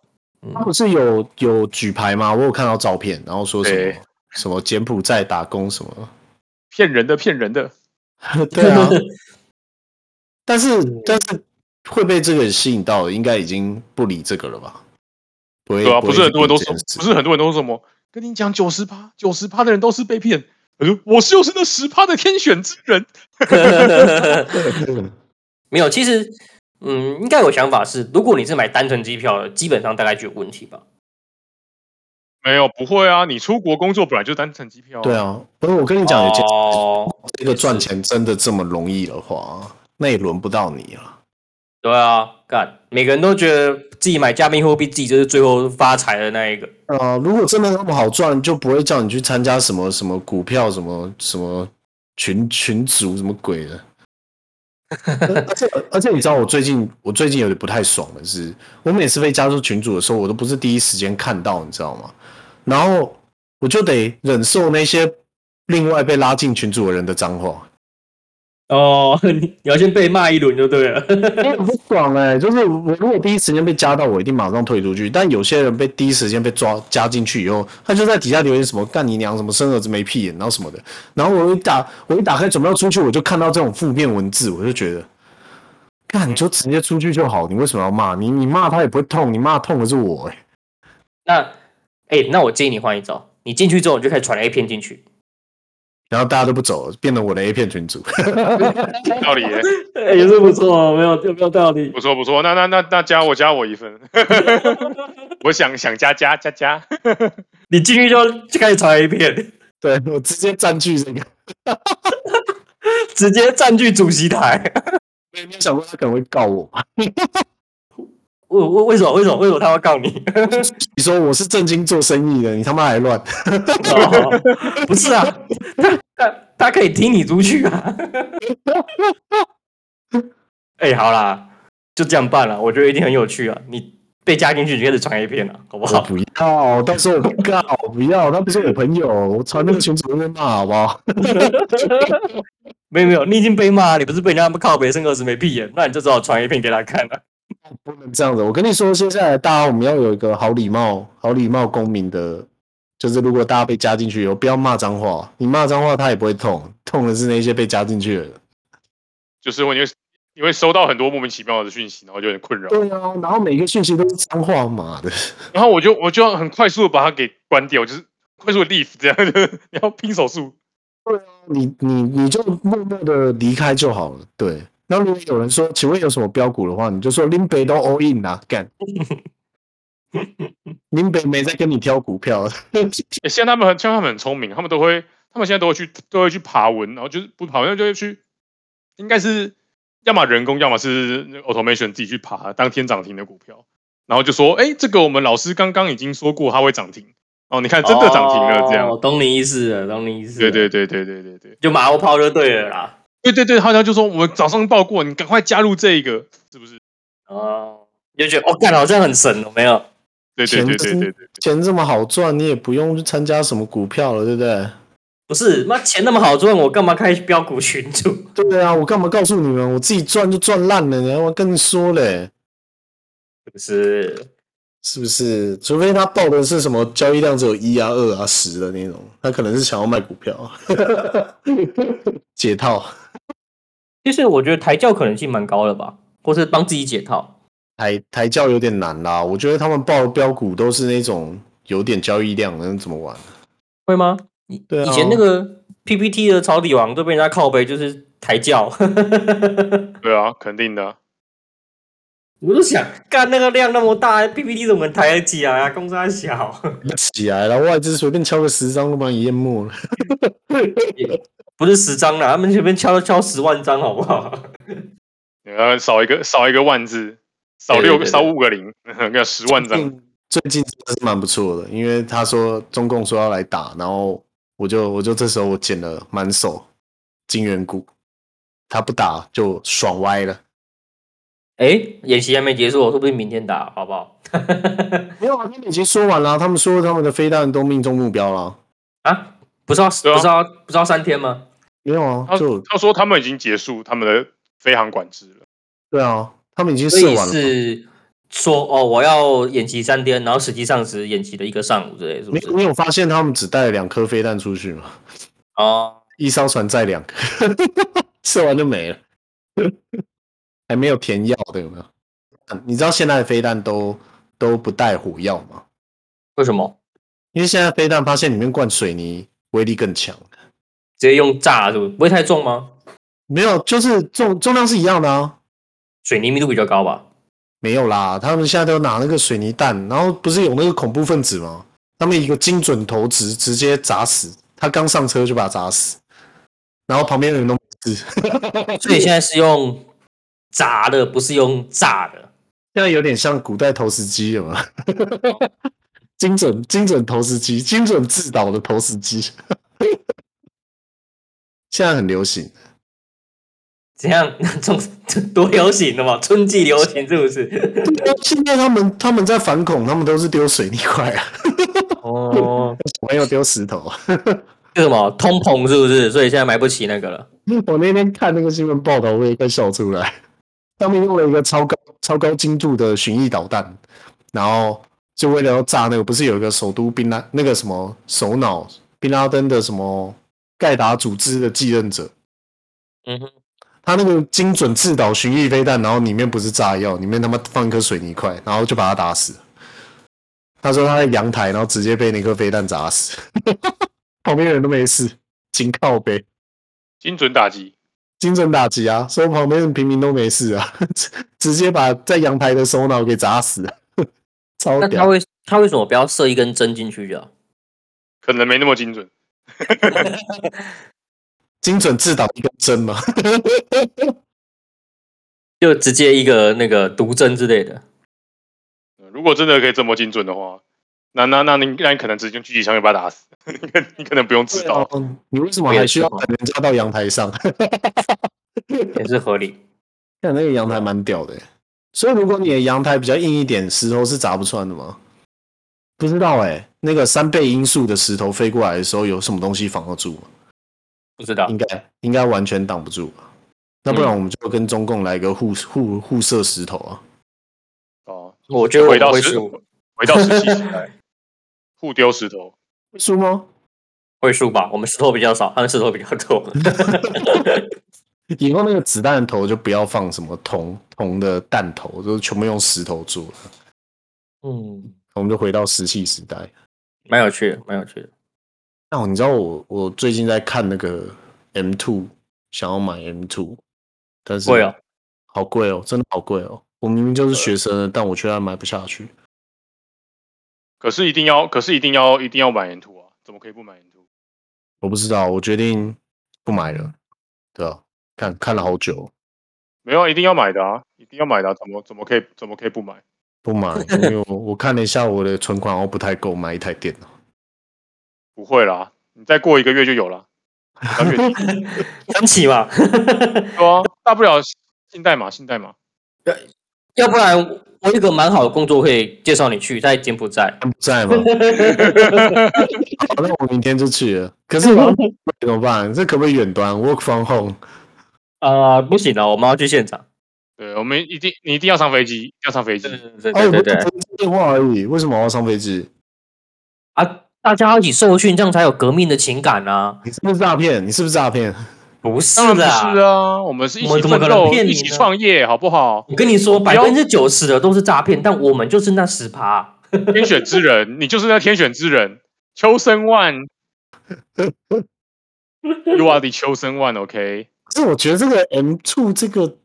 [SPEAKER 2] 他不是有有举牌吗？我有看到照片，然后说什么
[SPEAKER 3] 对
[SPEAKER 2] 什么柬埔寨打工什么，
[SPEAKER 3] 骗人的，骗人的，
[SPEAKER 2] *laughs* 对
[SPEAKER 3] *laughs*
[SPEAKER 2] 啊。但是但是会被这个吸引到的，应该已经不理这个了吧？不会，
[SPEAKER 3] 对啊，
[SPEAKER 2] 不
[SPEAKER 3] 不
[SPEAKER 2] 会
[SPEAKER 3] 是很多人都
[SPEAKER 2] 去
[SPEAKER 3] 说
[SPEAKER 2] 做这件，事
[SPEAKER 3] 不是很多人都说什么，跟你讲九十趴，九十趴的人都是被骗。我说我就是那十趴的天选之人，
[SPEAKER 1] *laughs* 没有，其实，嗯，应该有想法是，如果你是买单程机票的，基本上大概就有问题吧。
[SPEAKER 3] 没有不会啊，你出国工作本来就单程机票、
[SPEAKER 2] *laughs* 对，啊，不是我跟你讲，有件
[SPEAKER 1] 哦，
[SPEAKER 2] 这个赚钱真的这么容易的话，那也轮不到你啊了。
[SPEAKER 1] 对啊，干，每个人都觉得自己买加密货币，自己就是最后发财的那一个。
[SPEAKER 2] 啊、如果真的那么好赚，就不会叫你去参加什么什么股票、什么什么群群组、什么鬼的。而且而且你知道，我最近我最近有点不太爽的是，我每次被加入群组的时候，我都不是第一时间看到，你知道吗？然后我就得忍受那些另外被拉进群组的人的脏话，
[SPEAKER 1] 哦， *laughs* 你要先被骂一轮就对了。 *laughs*
[SPEAKER 2] 因为我不爽哎、就是我如果第一时间被加到，我一定马上退出去。但有些人被第一时间被抓加进去以后，他就在底下留言什么“干你娘”什么“生儿子没屁眼”然后什么的。然后我一打我一打开准备要出去，我就看到这种负面文字，我就觉得，干你就直接出去就好，你为什么要骂你？你骂他也不会痛，你骂痛的是我哎、
[SPEAKER 1] 那，哎、那我建议你换一招，你进去之后你就开始传 A 片进去。
[SPEAKER 2] 然后大家都不走了，变成我的 A 片群主。
[SPEAKER 3] 道理耶，
[SPEAKER 1] 哎也是不错，没有有没有道理？
[SPEAKER 3] 不错不错。那那那那加我加我一份， *laughs* 我想想加加加加，
[SPEAKER 1] 你进去就就开始传 A 片，
[SPEAKER 2] *laughs* 对我直接占据这个，
[SPEAKER 1] 直接占据主席台。 *laughs*
[SPEAKER 2] 没有想过他可能会告我吧？
[SPEAKER 1] 为为为什么为什么为什么他要告你？
[SPEAKER 2] *laughs* 你说我是正经做生意的，你他妈还乱？
[SPEAKER 1] 哦不是啊，他他他可以踢你出去 *laughs* 啊。哎、好啦，就这样办了，我觉得一定很有趣啊。你被加进去，你就开始传 A 片了，好不
[SPEAKER 2] 我
[SPEAKER 1] 好？
[SPEAKER 2] 不要，到时候我不告，不要，他不是我朋友，我传那个群主会被骂，好不好？ *laughs*
[SPEAKER 1] 没有没有，你已经被骂，你不是被人家靠北生二十没屁眼，那你就只好传 A 片给他看了、
[SPEAKER 2] 不能这样子。我跟你说，接下来大家我们要有一个好礼貌、好礼貌公民的，就是如果大家被加进去以哦后，不要骂脏话，你骂脏话他也不会痛，痛的是那些被加进去的人。
[SPEAKER 3] 就是我你会你会收到很多莫名其妙的讯息，然后就很困扰。
[SPEAKER 2] 对啊，然后每个讯息都是脏话，妈的，
[SPEAKER 3] 然后我就我就要很快速的把它给关掉，就是快速的 leave 这样，就是你要拼手速。
[SPEAKER 2] 你你你就默默的离开就好了。对，那如果有人说，请问有什么标股的话，你就说林北都 all in 啊，干，林北没在跟你挑股票。 *laughs*
[SPEAKER 3] 欸，现在他们很像他们很聪明，他们都会，他们现在都会去都会去爬文，然后就是不爬文就会去，应该是要么人工，要么是那个 automation 自己去爬当天涨停的股票，然后就说，哎、这个我们老师刚刚已经说过它会涨停，哦，你看真的涨停了，这样，
[SPEAKER 1] 哦懂你意思了，懂你意思。
[SPEAKER 3] 对，对对对对对对
[SPEAKER 1] 就马后炮就对了啦。
[SPEAKER 3] 对对对，他他就说我们早上报过，你赶快加入这一个，是不是？
[SPEAKER 1] 哦，你就觉得哦，干好像很神哦，没有？
[SPEAKER 3] 对对
[SPEAKER 2] 钱
[SPEAKER 3] 对
[SPEAKER 2] 这
[SPEAKER 3] 对
[SPEAKER 2] 么
[SPEAKER 3] 对对，
[SPEAKER 2] 钱这么好赚，你也不用去参加什么股票了，对不对？
[SPEAKER 1] 不是，妈钱那么好赚，我干嘛开标股群组？
[SPEAKER 2] 对啊，我干嘛告诉你们？我自己赚就赚烂了，然后我跟你说嘞，
[SPEAKER 1] 是不是？
[SPEAKER 2] 是不是？除非他报的是什么交易量只有一啊、二啊、十的那种，他可能是想要卖股票，啊 *laughs* 解套。
[SPEAKER 1] 其实我觉得抬轿可能性蛮高的吧，或是帮自己解套。
[SPEAKER 2] 抬抬轿有点难啦，我觉得他们报的标股都是那种有点交易量的，那怎么玩？
[SPEAKER 1] 会吗？以
[SPEAKER 2] 对啊
[SPEAKER 1] 以前那个 PPT 的抄底王都被人家靠背，就是抬轿。 *laughs*
[SPEAKER 3] 对啊，肯定的啊、
[SPEAKER 1] 我就想，干那个量那么大，PPT 怎么抬得起来啊？公司还小，
[SPEAKER 2] 起来了，外资随便敲个十张都把你淹没了。
[SPEAKER 1] 不是十张啦，他们随便敲敲十万张，好不好？ *laughs*
[SPEAKER 3] 呃，少一个少一个万字，少
[SPEAKER 1] 对对
[SPEAKER 3] 六
[SPEAKER 1] 对
[SPEAKER 3] 个
[SPEAKER 1] 对
[SPEAKER 3] 少五个零， *laughs* 个十万张。
[SPEAKER 2] 嗯最近真的是蛮不错的，因为他说中共说要来打，然后我就我就这时候我捡了满手金元股，他不打就爽歪了。
[SPEAKER 1] 哎，演习还没结束，我说不定明天打，好不好？ *laughs*
[SPEAKER 2] 没有啊，他们已经说完了，他们说他们的飞弹都命中目标了。
[SPEAKER 1] 啊，不是要、
[SPEAKER 3] 对啊
[SPEAKER 1] 不是要不是要三天吗？
[SPEAKER 2] 没有啊，
[SPEAKER 3] 他
[SPEAKER 2] 就
[SPEAKER 3] 他说他们已经结束他们的飞航管制了，
[SPEAKER 2] 对啊，他们已经
[SPEAKER 1] 所
[SPEAKER 2] 试
[SPEAKER 1] 以
[SPEAKER 2] 完了。
[SPEAKER 1] 是说哦，我要演习三天，然后实际上只演习了一个上午之类，是不
[SPEAKER 2] 你
[SPEAKER 1] 是？
[SPEAKER 2] 你有发现他们只带了两颗飞弹出去吗？
[SPEAKER 1] 哦，
[SPEAKER 2] 一艘船载两个， *laughs* 射完就没了， *laughs* 还没有填药的有没有？你知道现在的飞弹都都不带火药吗？
[SPEAKER 1] 为什么？
[SPEAKER 2] 因为现在飞弹发现里面灌水泥威力更强，
[SPEAKER 1] 直接用炸是不是？不会太重吗？
[SPEAKER 2] 没有，就是重重量是一样的啊，
[SPEAKER 1] 水泥密度比较高吧？
[SPEAKER 2] 没有啦，他们现在都拿那个水泥弹，然后不是有那个恐怖分子吗？他们一个精准投掷直接砸死，他刚上车就把他砸死，然后旁边的人都没事，
[SPEAKER 1] 所以现在是用炸的，不是用炸的。
[SPEAKER 2] 现在有点像古代投石机了嘛， *laughs* 精准精准投石机，精准制导的投石机，现在很流行。
[SPEAKER 1] 怎样？ *laughs* 这种这多流行的嘛？春季流行是不是？ *laughs*
[SPEAKER 2] 现在他们他们在反恐，他们都是丢水泥块啊，
[SPEAKER 1] 哦，
[SPEAKER 2] 小朋友丢石头啊。 *laughs*
[SPEAKER 1] 是什么通膨是不是？所以现在买不起那个了。
[SPEAKER 2] 我那天看那个新闻报道，我也快笑出来。他们用了一个超高超高精度的巡弋导弹，然后就为了要炸那个，不是有一个首都宾拉那个什么首脑宾拉登的什么盖达组织的继任者，
[SPEAKER 1] 嗯哼，
[SPEAKER 2] 他那个精准制导巡弋飞弹，然后里面不是炸药，里面他妈放一颗水泥块，然后就把他打死。他说他在阳台，然后直接被那颗飞弹砸死， *laughs* 旁边人都没事，紧靠背。
[SPEAKER 3] 精准打击。
[SPEAKER 2] 精准打击啊，所以旁边的平民都没事啊， *laughs* 直直接把在阳台的首脑给砸死、啊， *laughs* 超
[SPEAKER 1] 那他
[SPEAKER 2] 屌！
[SPEAKER 1] 为他为什么不要射一根针进去就好？
[SPEAKER 3] 可能没那么精准，
[SPEAKER 2] 精准制导一根针嘛，
[SPEAKER 1] 就直接一个那个毒针之类的。
[SPEAKER 3] 呃如果真的可以这么精准的话，那那那你那你可能直接用狙击枪就把他打死，你可你可能不用自
[SPEAKER 1] 啊
[SPEAKER 3] 导，
[SPEAKER 2] 啊你为什么还需要等人家到阳台上？
[SPEAKER 1] 也是合理。
[SPEAKER 2] 看那个阳台蛮屌的欸、所以如果你的阳台比较硬一点，石头是砸不穿的吗？不知道哎、那个三倍音速的石头飞过来的时候，有什么东西防得住吗？
[SPEAKER 1] 不知道
[SPEAKER 2] 应该应该完全挡不住吧？那不然我们就跟中共来一个互互互射石头啊！
[SPEAKER 3] 哦，
[SPEAKER 1] 我觉得我
[SPEAKER 3] 回
[SPEAKER 1] 不
[SPEAKER 3] 到
[SPEAKER 1] 会
[SPEAKER 3] 十
[SPEAKER 1] 输，
[SPEAKER 3] 回到十七时代，互丢石头，
[SPEAKER 2] 会输吗？
[SPEAKER 1] 会输吧？我们石头比较少，他们石头比较多。
[SPEAKER 2] 以后那个子弹头就不要放什么铜铜的弹头，就是全部用石头做的。
[SPEAKER 1] 嗯，
[SPEAKER 2] 我们就回到石器时代。
[SPEAKER 1] 蛮有趣的，蛮有趣的。
[SPEAKER 2] 那我你知道我我最近在看那个 M two，想要买 M two，但是
[SPEAKER 1] 会哦，
[SPEAKER 2] 好贵哦，真的好贵哦。我明明就是学生了，但我居然买不下去。
[SPEAKER 3] 可是一定要，可是一定要一定要买 N 图啊，怎么可以不买 N 图？
[SPEAKER 2] 我不知道，我决定不买了。对啊，看看了好久，
[SPEAKER 3] 没有，啊，一定要买的啊，一定要买的、啊，怎么怎么可以怎么可以不买？
[SPEAKER 2] 不买，因为我我看了一下我的存款，我哦不太够买一台电脑。
[SPEAKER 3] 不会啦，你再过一个月就有了，到月底
[SPEAKER 1] 想起嘛，
[SPEAKER 3] 对啊，大不了信代码信代码，
[SPEAKER 1] *laughs* 要不然我有一个蛮好的工作可以介绍你去，在柬埔寨。
[SPEAKER 2] 不在吗？好，那我明天就去了。可是我要
[SPEAKER 1] *laughs*
[SPEAKER 2] 怎么办？这可不可以远端 work from home？
[SPEAKER 1] *laughs* 啊、不行了，我们要去现场。
[SPEAKER 3] 对我们一定你一定要上飞机，一定要上飞机，
[SPEAKER 1] 对
[SPEAKER 2] 哦，我
[SPEAKER 1] 对对
[SPEAKER 2] 不
[SPEAKER 1] 对
[SPEAKER 2] 是只是电话而已，为什么我要上飞机？
[SPEAKER 1] 啊！大家要一起受训，这样才有革命的情感啊！
[SPEAKER 2] 你是不是诈骗？你是不是诈骗？
[SPEAKER 1] 不是
[SPEAKER 3] 当然不
[SPEAKER 1] 啦，
[SPEAKER 3] 是啊，我们是一
[SPEAKER 1] 我
[SPEAKER 3] 起
[SPEAKER 1] 怎么
[SPEAKER 3] 奋
[SPEAKER 1] 可能
[SPEAKER 3] 斗，
[SPEAKER 1] 骗你
[SPEAKER 3] 一
[SPEAKER 1] 呢
[SPEAKER 3] 起创业，好不好？
[SPEAKER 1] 我跟你说，
[SPEAKER 3] 不
[SPEAKER 1] 百
[SPEAKER 3] 要
[SPEAKER 1] 分之九十的都是诈骗，但我们就是那十趴。啊
[SPEAKER 3] 天选之人，你就是那天选之人，秋生万，You are the 秋生万，OK？
[SPEAKER 2] 可是我觉得这个 M two 这个，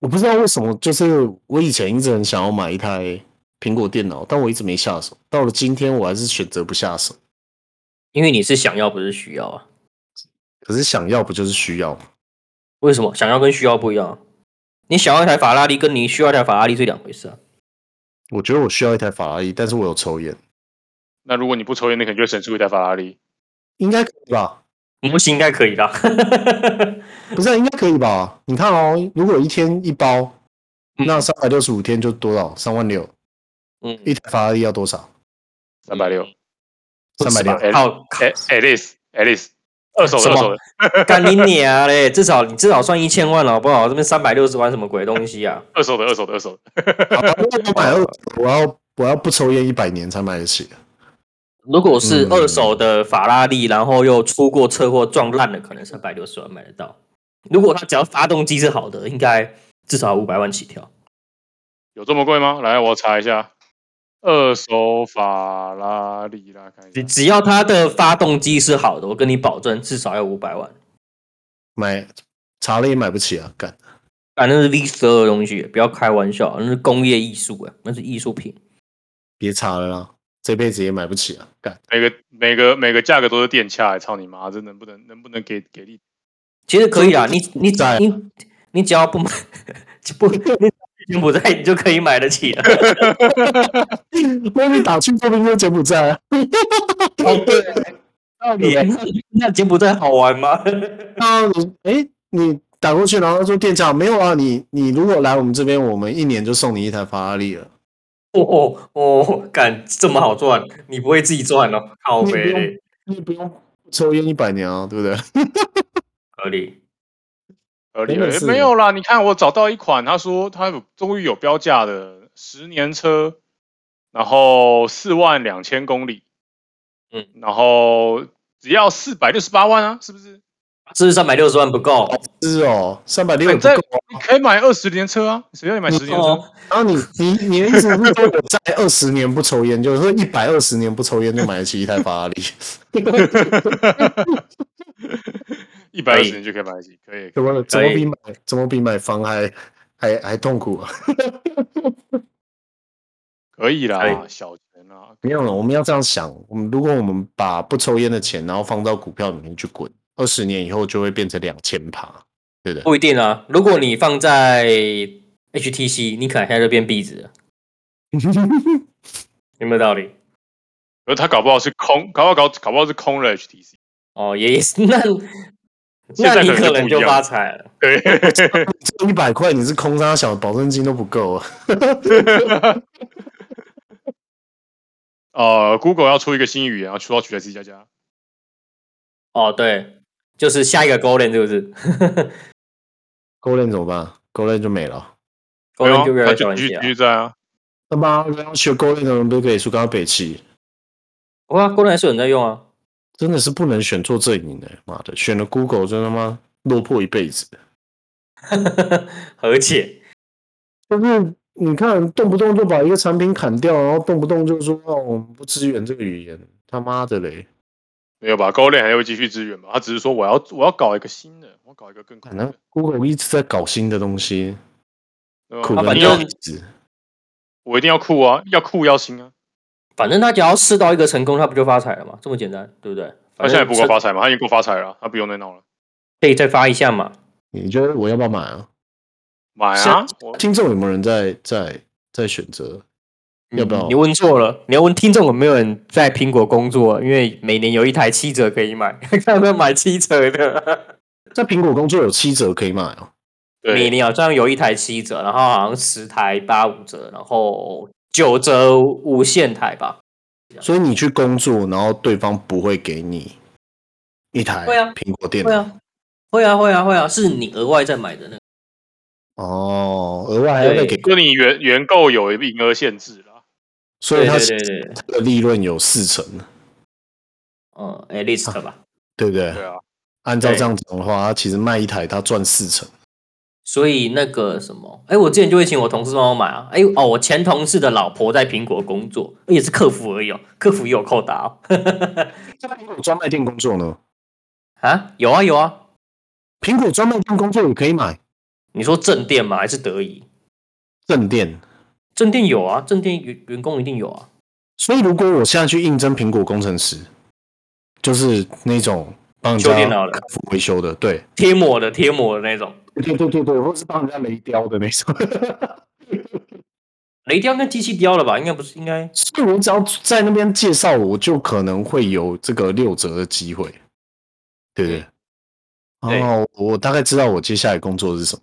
[SPEAKER 2] 我不知道为什么，就是我以前一直很想要买一台苹果电脑，但我一直没下手。到了今天，我还是选择不下手。
[SPEAKER 1] 因为你是想要，不是需要啊？
[SPEAKER 2] 可是想要不就是需要吗？
[SPEAKER 1] 为什么想要跟需要不一样？啊你想要一台法拉利，跟你需要一台法拉利是两回事啊。
[SPEAKER 2] 我觉得我需要一台法拉利，但是我有抽烟，
[SPEAKER 3] 那如果你不抽烟，你可能就会省出一台法拉利。
[SPEAKER 2] 应该可以吧？
[SPEAKER 1] 模型应该可以啦。
[SPEAKER 2] 不是啊、应该可以吧？你看哦，如果一天一包，
[SPEAKER 1] 嗯
[SPEAKER 2] 那三百六十五天就多少？三万六，
[SPEAKER 1] *laughs* 嗯，
[SPEAKER 2] 一台法拉利要多少？
[SPEAKER 3] 三百六，
[SPEAKER 2] 三百六。
[SPEAKER 3] 哎
[SPEAKER 1] 靠，
[SPEAKER 3] 哎，Alice，Alice，二手
[SPEAKER 1] 什
[SPEAKER 3] 的
[SPEAKER 1] 么
[SPEAKER 3] 二手的，
[SPEAKER 1] 干你娘嘞！至少你至少算一千万了好不好？这边三百六十万什么鬼东西啊？
[SPEAKER 3] 二手的二手的二手的。
[SPEAKER 2] 好吧那我买二手，我要我要不抽烟一百年才买得起。
[SPEAKER 1] 如果是
[SPEAKER 2] 嗯
[SPEAKER 1] 二手的法拉利，然后又出过车祸撞烂了，可能三百六十万买得到。如果它只要发动机是好的，应该至少五百万起跳。
[SPEAKER 3] 有这么贵吗？来，我查一下。二手法拉利啦，看一
[SPEAKER 1] 只
[SPEAKER 3] 下。
[SPEAKER 1] 只要它的发动机是好的，我跟你保证至少要五百万。
[SPEAKER 2] 买查了也买不起啊！干，
[SPEAKER 1] 反正是 V 十二的东西，不要开玩笑，那是工业艺术哎，那是艺术品。
[SPEAKER 2] 别查了啦，这辈子也买不起啊！ *laughs* 干，
[SPEAKER 3] 每个每个每个价格都是电价、操你妈！这能不能能不能给给力？
[SPEAKER 1] 其实可以啦，你你
[SPEAKER 2] 在啊
[SPEAKER 1] 你你只要不买 *laughs* 不你柬埔寨，你就可以买得起了。
[SPEAKER 2] 那你打去这边就柬埔寨 *laughs* 啊？
[SPEAKER 1] 哦，对，道理耶。 *laughs* 那柬埔寨好玩吗？ *laughs*
[SPEAKER 2] 啊，你哎，你打过去，然后说店家没有啊？你你如果来我们这边，我们一年就送你一台法拉利了。
[SPEAKER 1] 哦哦哦，敢这么好赚？你不会自己赚哦？靠
[SPEAKER 2] 你不用
[SPEAKER 1] 呗，
[SPEAKER 2] 你不用抽烟一百年啊，对不对？ *laughs*
[SPEAKER 1] 合理。
[SPEAKER 3] 合理
[SPEAKER 2] 真的
[SPEAKER 3] 诶
[SPEAKER 2] 是
[SPEAKER 3] 没有啦，你看我找到一款，他说他有终于有标价的十年车，然后四万两千公里，
[SPEAKER 1] 嗯，
[SPEAKER 3] 然后只要四百六十八万啊，是不是？
[SPEAKER 1] 是不是三百六十万不够？
[SPEAKER 2] 是哦，三百六
[SPEAKER 3] 你
[SPEAKER 2] 不够
[SPEAKER 3] 在
[SPEAKER 2] 啊。
[SPEAKER 3] 你可以买二十年车啊，谁要你买十年车？
[SPEAKER 1] 哦，
[SPEAKER 2] 然后你你你的意思是说，我在二十年不抽烟，就是说一百二十年不抽烟就买得起一台法拉 *laughs* 利？啊
[SPEAKER 3] *laughs* 一百二
[SPEAKER 1] 可以
[SPEAKER 3] 十年就可以买得起，可以。
[SPEAKER 2] 怎么哎怎么
[SPEAKER 1] 可以
[SPEAKER 2] 比买怎么比买房还还还痛苦啊？
[SPEAKER 3] 可以啦，
[SPEAKER 1] 可
[SPEAKER 3] 小钱啊，
[SPEAKER 2] 没有了，我们要这样想，我们如果我们把不抽烟的钱，然后放到股票里面去滚，二十年以后就会变成两千 *laughs* 趴，对不对？
[SPEAKER 1] 不一定啊。如果你放在 HTC，你可能现在就变壁纸了，有没有道理？
[SPEAKER 3] 而他搞不好是空，搞不好搞搞不好是空了 HTC。
[SPEAKER 1] 哦，也 *laughs* 是。那
[SPEAKER 3] 现
[SPEAKER 1] 那
[SPEAKER 3] 在
[SPEAKER 1] 你
[SPEAKER 3] 可能
[SPEAKER 1] 可
[SPEAKER 3] 就
[SPEAKER 1] 能
[SPEAKER 3] 不一
[SPEAKER 1] 就
[SPEAKER 3] 样
[SPEAKER 1] 发财了。
[SPEAKER 3] 对，
[SPEAKER 2] 一百块你是空杀小，保证金都不够啊。
[SPEAKER 3] *laughs* 呃，Google 要出一个新语言，然后出到取代 C 加加。
[SPEAKER 1] 哦，对，就是下一个 Golden 是不是 *laughs*
[SPEAKER 2] 勾链怎么办？勾链就没了。
[SPEAKER 3] 没有啊
[SPEAKER 1] ？Golden 就越来
[SPEAKER 3] 那
[SPEAKER 1] 越少
[SPEAKER 3] 就
[SPEAKER 1] 人
[SPEAKER 3] 继
[SPEAKER 1] 写
[SPEAKER 3] 续
[SPEAKER 1] 啊
[SPEAKER 3] 继。续在啊。
[SPEAKER 2] 那么要学勾链的人都可以输刚刚北齐，
[SPEAKER 1] 哇，Golden 还是有人在用啊。
[SPEAKER 2] 真的是不能选做阵营的，妈的，选了 Google 真他妈落魄一辈子。
[SPEAKER 1] 和解，
[SPEAKER 2] 就是你看，动不动就把一个产品砍掉，然后动不动就说哦，我们不支援这个语言，他妈的嘞！
[SPEAKER 3] 没有吧？高链还会继续支援吧？他只是说我要我要搞一个新的，我搞一个更酷
[SPEAKER 2] 反正
[SPEAKER 3] 的。
[SPEAKER 2] Google 一直在搞新的东西，
[SPEAKER 3] 对
[SPEAKER 2] 苦
[SPEAKER 3] 吧？
[SPEAKER 1] 啊
[SPEAKER 2] 的
[SPEAKER 3] 一
[SPEAKER 1] 反
[SPEAKER 3] 定要
[SPEAKER 1] 正
[SPEAKER 2] 要死。
[SPEAKER 3] 我一定要酷啊，要酷要新啊。
[SPEAKER 1] 反正他只要试到一个成功，他不就发财了嘛？这么简单，对不对？
[SPEAKER 3] 他
[SPEAKER 1] 反
[SPEAKER 3] 现
[SPEAKER 1] 正
[SPEAKER 3] 在不够发财嘛？他已经够发财了，他啊不用再闹了。
[SPEAKER 1] 可以再发一下嘛？
[SPEAKER 2] 你觉得我要不要买啊？
[SPEAKER 3] 买
[SPEAKER 2] 现
[SPEAKER 3] 啊
[SPEAKER 2] 在！
[SPEAKER 3] 我
[SPEAKER 2] 听众有没有人在在在选择？嗯要不要
[SPEAKER 1] 嗯你问错了，你要问听众有没有人在苹果工作，因为每年有一台七折可以买， *laughs* 看有没有买七折的。
[SPEAKER 2] 在苹果工作有七折可以买哦。
[SPEAKER 1] 每
[SPEAKER 3] 对
[SPEAKER 1] 年好像有一台七折，然后好像十台八五折，然后九折无限台吧。
[SPEAKER 2] 所以你去工作，然后对方不会给你一台
[SPEAKER 1] 会啊
[SPEAKER 2] 苹果电脑、，
[SPEAKER 1] 会啊，会啊，会啊，是你额外再买的那个。
[SPEAKER 2] 哦，额外还要再给，
[SPEAKER 3] 就你原原购有一名额限制啦。
[SPEAKER 2] 所以他
[SPEAKER 1] 对对对对
[SPEAKER 2] 他的利润有四成，
[SPEAKER 1] 嗯，at least 吧。
[SPEAKER 2] 对不对？
[SPEAKER 3] 对啊，
[SPEAKER 2] 按照
[SPEAKER 1] 对
[SPEAKER 2] 这样讲的话，他其实卖一台他赚四成。
[SPEAKER 1] 所以那个什么，哎，我之前就会请我同事帮我买啊。哎，哦，我前同事的老婆在苹果工作，也是客服而已哦，客服也有扣打哦。 *laughs*
[SPEAKER 2] 在苹果专卖店工作呢？
[SPEAKER 1] 啊，有啊有啊。
[SPEAKER 2] 苹果专卖店工作也可以买
[SPEAKER 1] 你说正店吗？还是德仪？
[SPEAKER 2] 正店，
[SPEAKER 1] 正店有啊，正店员员工一定有啊。
[SPEAKER 2] 所以如果我现在去应征苹果工程师，就是那种帮人家
[SPEAKER 1] 修电脑的
[SPEAKER 2] 客服维修的，对，
[SPEAKER 1] 贴膜的贴膜的那种，
[SPEAKER 2] 对对对对，或是帮人家雷雕的那种。
[SPEAKER 1] 雷雕跟机器雕了吧？应该不是，应该
[SPEAKER 2] *laughs* 所以我只要在那边介绍，我就可能会有这个六折的机会，对不对？
[SPEAKER 1] 对
[SPEAKER 2] 哦，我大概知道我接下来工作是什么，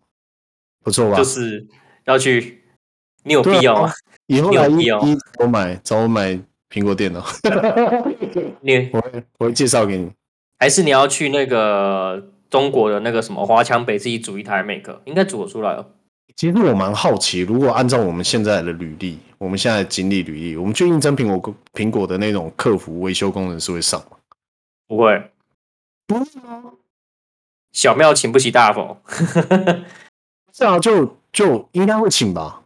[SPEAKER 2] 不错吧？
[SPEAKER 1] 就是要去。你有
[SPEAKER 2] 对啊
[SPEAKER 1] 必要吗？
[SPEAKER 2] 以后来
[SPEAKER 1] 有
[SPEAKER 2] 一
[SPEAKER 1] 必要
[SPEAKER 2] 一找我买找我买苹果电脑， *laughs*
[SPEAKER 1] 你
[SPEAKER 2] 我会我会介绍给你。
[SPEAKER 1] 还是你要去那个中国的那个什么华强北自己组一台 Mac，应该组得出来哦。
[SPEAKER 2] 其实我蛮好奇，如果按照我们现在的履历，我们现在的经历履历，我们去应征苹果公苹果的那种客服维修工程师会上吗？
[SPEAKER 1] 不会，
[SPEAKER 2] 不是吗？
[SPEAKER 1] 小庙请不起大佛， *laughs*
[SPEAKER 2] 是啊，就就应该会请吧。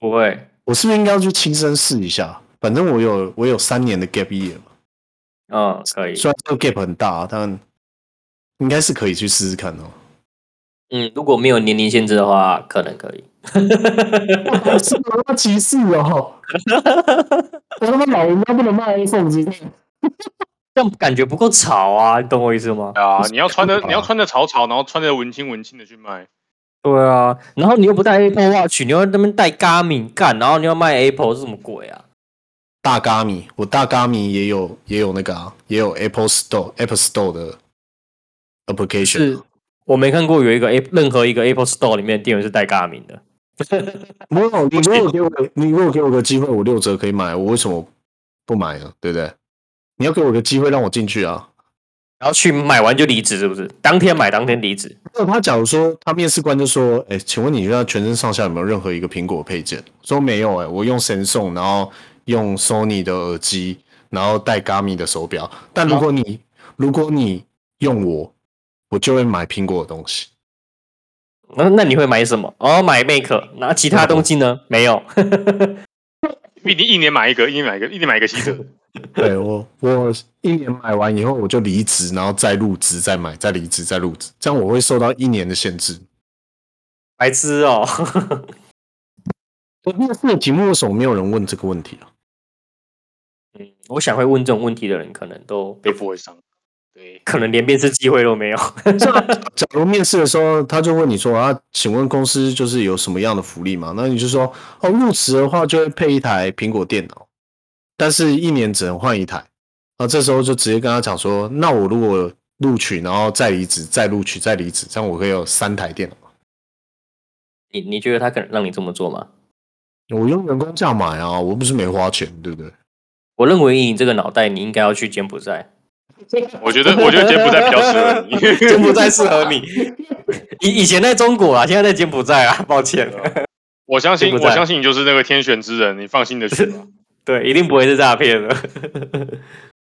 [SPEAKER 1] 不会
[SPEAKER 2] 我是不是应该要去亲身试一下？反正我有我有三年的 gap year 嘛，
[SPEAKER 1] 嗯，可以。
[SPEAKER 2] 虽然这个 gap 很大，但应该是可以去试试看哦。
[SPEAKER 1] 嗯，如果没有年龄限制的话，可能可以。
[SPEAKER 2] *laughs* 是我要歧视哦！ *laughs* 我他妈老人家不能卖 iPhone 之类的。
[SPEAKER 1] 但感觉不够潮啊，你懂我意思吗？
[SPEAKER 3] 啊，你要穿的
[SPEAKER 2] 吧
[SPEAKER 3] 你要穿的潮潮，然后穿的文青文青的去卖，
[SPEAKER 1] 对啊，然后你又不带 Apple Watch，你又在那边带 Garmin 干，然后你要卖 Apple 是什么鬼啊？
[SPEAKER 2] 大咖米，我大咖米也有也有那个啊，也有 Apple Store Apple Store 的 application 啊
[SPEAKER 1] 是。我没看过有一个 Apple 任何一个 Apple Store 里面的店员是带 Garmin 的。
[SPEAKER 2] 没有，你如果给我个，你如果给我个机会，我六折可以买，我为什么不买呢？对不对？你要给我个机会让我进去啊！
[SPEAKER 1] 然后去买完就离职，是不是？当天买当天离职，
[SPEAKER 2] 那他假如说他面试官就说：“哎、请问你现在全身上下有没有任何一个苹果配件？”我说没有、哎，我用神送，然后用 Sony 的耳机，然后戴 Garmin 的手表。但如果你、如果你用我，我就会买苹果的东西。
[SPEAKER 1] 那那你会买什么？哦，买 Mac，那其他东西呢？没有。 *laughs*
[SPEAKER 3] 你你一年买一个，一年买一个，一年买一个七折，
[SPEAKER 2] 对我，我一年买完以后我就离职，然后再入职，再买，再离职，再入职，这样我会受到一年的限制。
[SPEAKER 1] 白痴哦！
[SPEAKER 2] 我面试的题目为什么没有人问这个问题啊？ *laughs*
[SPEAKER 1] 嗯，我想会问这种问题的人，可能都
[SPEAKER 3] 都不会上。对，
[SPEAKER 1] 可能连面试机会都没有。 *laughs*
[SPEAKER 2] 假如面试的时候，他就问你说啊，请问公司就是有什么样的福利吗？那你就说哦，入职的话就会配一台苹果电脑，但是一年只能换一台。啊，这时候就直接跟他讲说，那我如果录取，然后再离职，再录取，再离职，这样我可以有三台电脑。
[SPEAKER 1] 你你觉得他可能让你这么做吗？
[SPEAKER 2] 我用人工价买啊，我不是没花钱，对不对？
[SPEAKER 1] 我认为以你这个脑袋，你应该要去柬埔寨。 *laughs*
[SPEAKER 3] 我觉得我觉得柬埔寨比较适合你。
[SPEAKER 1] 柬埔寨适合你。 *laughs* 以以前在中国啊，现在在柬埔寨啊，抱歉。
[SPEAKER 3] *laughs* 我相信
[SPEAKER 1] 柬埔寨
[SPEAKER 3] 我相信你就是那个天选之人，你放心的
[SPEAKER 1] *laughs*
[SPEAKER 3] 去吧。
[SPEAKER 1] 对，一定不会是诈骗的。 *laughs*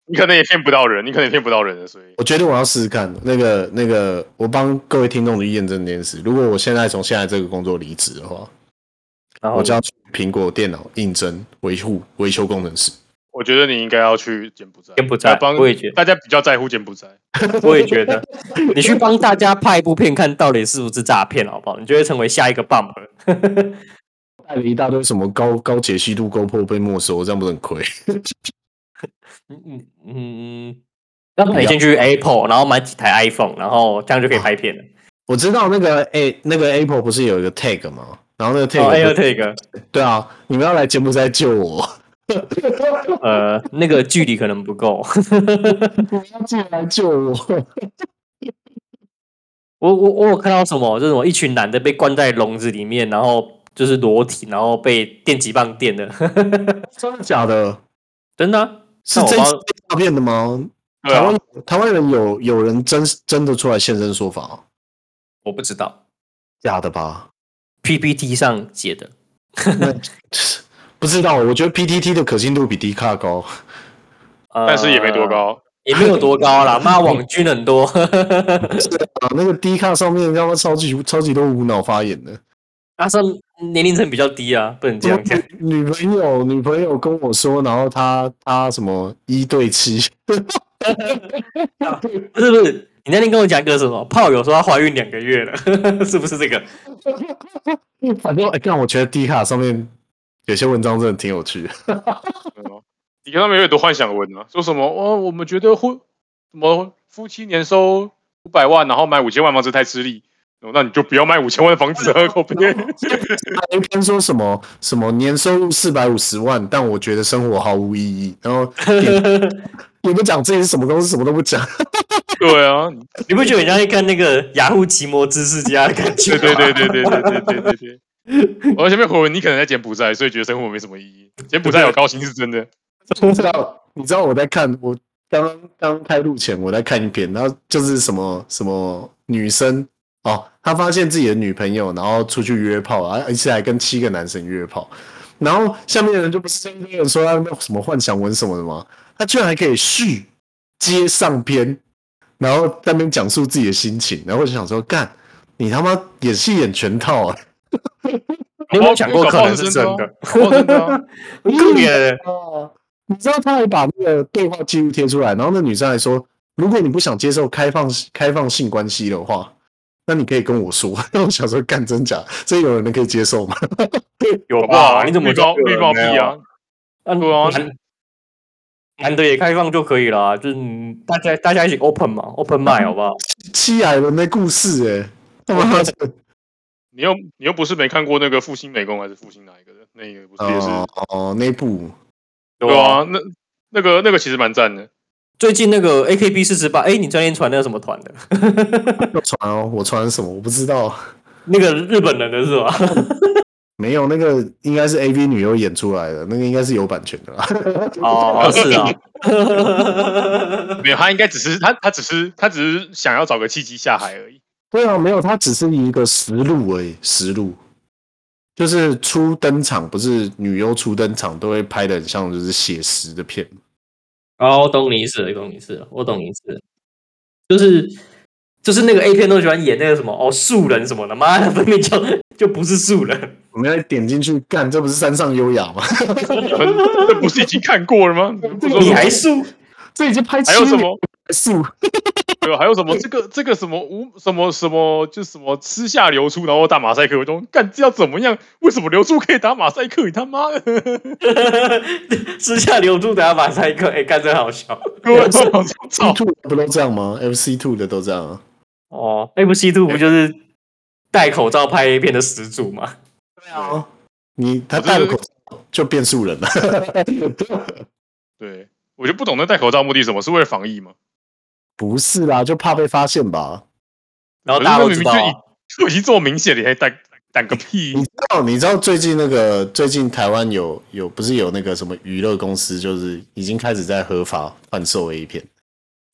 [SPEAKER 3] 你可能也骗不到人，你可能也骗不到人的，所以
[SPEAKER 2] 我觉得我要试试看那个那个，我帮各位听众去验证这件事。如果我现在从现在这个工作离职的话，
[SPEAKER 1] 然后
[SPEAKER 2] 我就要去苹果电脑应征维护维修工程师。
[SPEAKER 3] 我觉得你应该要去柬埔寨。
[SPEAKER 1] 柬埔寨
[SPEAKER 3] 来帮
[SPEAKER 1] 我也觉得
[SPEAKER 3] 大家比较在乎柬埔寨。
[SPEAKER 1] *laughs* 我也觉得，你去帮大家拍一部片，看到底是不是诈骗，好不好？你就会成为下一个 bump 了。 *laughs*
[SPEAKER 2] 带了一大堆什么高高解析度 GoPro 被没收，这样不是很亏？ *laughs*
[SPEAKER 1] 嗯嗯嗯，那不然你先去 Apple，然后买几台 iPhone，然后这样就可以拍片了。
[SPEAKER 2] 我知道那个哎、那个 Apple 不是有一个 tag 吗？然后那个 tag
[SPEAKER 1] 哦
[SPEAKER 2] 不是、
[SPEAKER 1] ，AirTag，
[SPEAKER 2] 对啊，你们要来柬埔寨救我，
[SPEAKER 1] 呃，那个距离可能不够。 *laughs*
[SPEAKER 2] 你们要进来救我。
[SPEAKER 1] 我我我有看到什么，就是什么一群男的被关在笼子里面，然后就是裸体，然后被电击棒电的， *laughs*
[SPEAKER 2] 真的假的？
[SPEAKER 1] 真的啊、
[SPEAKER 2] 是
[SPEAKER 1] 那我
[SPEAKER 2] 真
[SPEAKER 1] 帮
[SPEAKER 2] 是被诈骗的吗？
[SPEAKER 3] 对
[SPEAKER 2] 台
[SPEAKER 3] 啊
[SPEAKER 2] 湾，台湾人有有人真真的出来现身说法哦、
[SPEAKER 1] 我不知道
[SPEAKER 2] 假的吧？
[SPEAKER 1] ，PPT 上写的，
[SPEAKER 2] 那不知道，我觉得 PTT 的可信度比 d 卡高。
[SPEAKER 1] 呃
[SPEAKER 3] 但是也没多，高。
[SPEAKER 1] 也没有多高啦，妈网军很多， *laughs*
[SPEAKER 2] 啊，那个 d 卡上面他妈超级超级多无脑发言的。
[SPEAKER 1] 阿生年龄层比较低啊，不能这样讲， *laughs*
[SPEAKER 2] 女朋友女朋友跟我说，然后她她什么一对七，
[SPEAKER 1] 不是不是。你那天跟我讲一个什么炮友说她怀孕两个月了， *laughs* 是不是这个？
[SPEAKER 2] *laughs* 反正哎，让、我觉得 d 卡上面有些文章真的挺有趣的。
[SPEAKER 3] 你看他们有很多幻想文啊，说什么哦，我们觉得婚什么夫妻年收五百万，然后买五千万房子太吃力。哦那你就不要卖五千万的房
[SPEAKER 1] *laughs*
[SPEAKER 3] 子了，啊靠边。
[SPEAKER 2] 还一篇说什么什么年收入四百五十万，但我觉得生活毫无意义，然后 *laughs* 也不讲自己是什么公司，什么都不讲。
[SPEAKER 3] 对啊，你
[SPEAKER 1] 你不觉得很像在看那个雅虎奇摩知识家的感觉
[SPEAKER 3] 对
[SPEAKER 1] 吗？
[SPEAKER 3] 对对对对对对对对对。
[SPEAKER 1] *laughs*
[SPEAKER 3] 我前面回文，你可能在柬埔寨，所以觉得生活没什么意义。柬埔寨有高薪是真的，
[SPEAKER 2] 你知道，你知道我在看，我刚刚刚开录前我在看一篇，然后就是什么什么女生哦，她发现自己的女朋友，然后出去约炮啊，而且还跟七个男生约炮，然后下面的人就不是在那边说啊他那什么幻想文什么的吗？她居然还可以续接上篇，然后在那边讲述自己的心情，然后我就想说，干你他妈演戏演全套啊！
[SPEAKER 1] 你有没有想过可能是真的？
[SPEAKER 3] 搞不好真
[SPEAKER 1] *laughs*
[SPEAKER 3] 的哦，搞不好真的哦
[SPEAKER 1] 更远了，
[SPEAKER 2] 哦，你知道他还把那个对话记录贴出来，然后那女生还说，如果你不想接受开放开放性关系的话，那你可以跟我说。 *laughs* 那我想说，干真假？这有人能可以接受吗？
[SPEAKER 1] 有
[SPEAKER 3] 搞不好啊
[SPEAKER 1] 吧？你怎么
[SPEAKER 3] 预
[SPEAKER 1] 知道
[SPEAKER 3] 告预告屁
[SPEAKER 1] 没有
[SPEAKER 3] 啊？？
[SPEAKER 1] 啊
[SPEAKER 3] 对啊
[SPEAKER 1] 难难得也开放就可以了啊，就是嗯大家大家一起 open 嘛，open mind 好不好？
[SPEAKER 2] 七矮人的故事、欸，哎，他妈的！
[SPEAKER 3] 你又你又不是没看过那个复兴美工还是复兴哪一个的？那个不是也是
[SPEAKER 2] 哦哦，那部
[SPEAKER 3] 对啊？那那个那个其实蛮赞的，
[SPEAKER 1] 最近那个 AKB 四十八，哎，你昨天传那个什么团的？ *laughs*
[SPEAKER 2] 要传哦，我传什么我不知道，
[SPEAKER 1] 那个日本人的是吧？
[SPEAKER 2] 没有那个应该是 A V 女优演出来的，那个应该是有版权的啦。
[SPEAKER 1] *laughs* *laughs* 哦，是啊，
[SPEAKER 3] 没有他应该只是他他只是他只是想要找个契机下海而已。
[SPEAKER 2] 对啊，没有，它只是一个实录而已，实录就是初登场，不是女优初登场都会拍的很像就是写实的片。
[SPEAKER 1] 哦，我懂你意思了，我懂你意思了，我懂你意思了，就是就是那个 A 片都喜欢演那个什么哦素人什么的，妈的分明就就不是素 *laughs* 人，
[SPEAKER 2] 我们要点进去干，这不是山上优雅吗？ *laughs*
[SPEAKER 3] 你们这不是已经看过了吗？你们不说什么
[SPEAKER 1] 你还素？ *laughs*
[SPEAKER 2] 这已经拍
[SPEAKER 3] 还
[SPEAKER 2] 七
[SPEAKER 3] 有什
[SPEAKER 2] 年
[SPEAKER 3] 么？哦
[SPEAKER 2] 数，
[SPEAKER 3] 对吧，还有什么这个这个什么无什么什么就什么私下流出，然后打马赛克，我就干这要怎么样？为什么流出可以打马赛克？你他妈的！
[SPEAKER 1] 私下留住打马赛克，哎、干真好笑
[SPEAKER 3] 各位操操
[SPEAKER 2] ，C
[SPEAKER 3] 操！
[SPEAKER 2] two 不都这样吗？FC two 的都这样啊。
[SPEAKER 1] 哦。A 部 C two 不就是戴口罩拍 A 片的始祖吗？
[SPEAKER 2] 对啊，你他
[SPEAKER 3] 我就
[SPEAKER 2] 戴
[SPEAKER 3] 是
[SPEAKER 2] 了口罩就变素人了。 *laughs*
[SPEAKER 3] 对我就不懂那戴口罩目的是什么？是为了防疫吗？
[SPEAKER 2] 不是啦，就怕被发现吧？
[SPEAKER 1] 然后大家都
[SPEAKER 3] 可是
[SPEAKER 1] 知
[SPEAKER 3] 那
[SPEAKER 1] 道、
[SPEAKER 3] 明明
[SPEAKER 1] 啊
[SPEAKER 3] 就。就已经这么明显了，你还戴戴个屁
[SPEAKER 2] 你？知道，哦你知道最近那个最近台湾有有不是有那个什么娱乐公司，就是已经开始在合法贩售 A 片。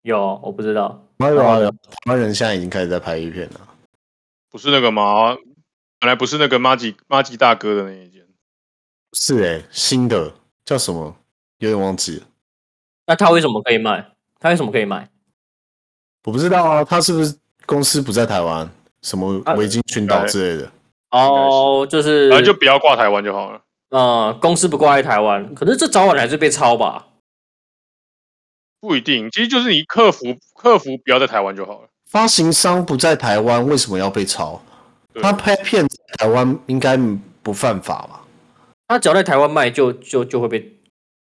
[SPEAKER 1] 有，我不知道。
[SPEAKER 2] 有
[SPEAKER 1] 有啊
[SPEAKER 2] 啊
[SPEAKER 1] 有
[SPEAKER 2] 有，台湾人现在已经开始在拍 A 片了。
[SPEAKER 3] 不是那个吗？本来不是那个马吉马吉大哥的那一件，
[SPEAKER 2] 是哎、新的叫什么？有点忘记了，
[SPEAKER 1] 那他为什么可以卖？他为什么可以卖？
[SPEAKER 2] 我不知道啊，他是不是公司不在台湾？什么
[SPEAKER 1] 啊
[SPEAKER 2] 维京群岛之类的？
[SPEAKER 1] 哦，就是，
[SPEAKER 3] 反正就不要挂台湾就好了。
[SPEAKER 1] 呃，公司不挂在台湾，可是这早晚还是被抄吧？
[SPEAKER 3] 不一定，其实就是你客服客服不要在台湾就好了。
[SPEAKER 2] 发行商不在台湾，为什么要被抄？
[SPEAKER 3] 对
[SPEAKER 2] 他拍片在台湾应该不犯法吧？
[SPEAKER 1] 他只要在台湾卖就，就就会被，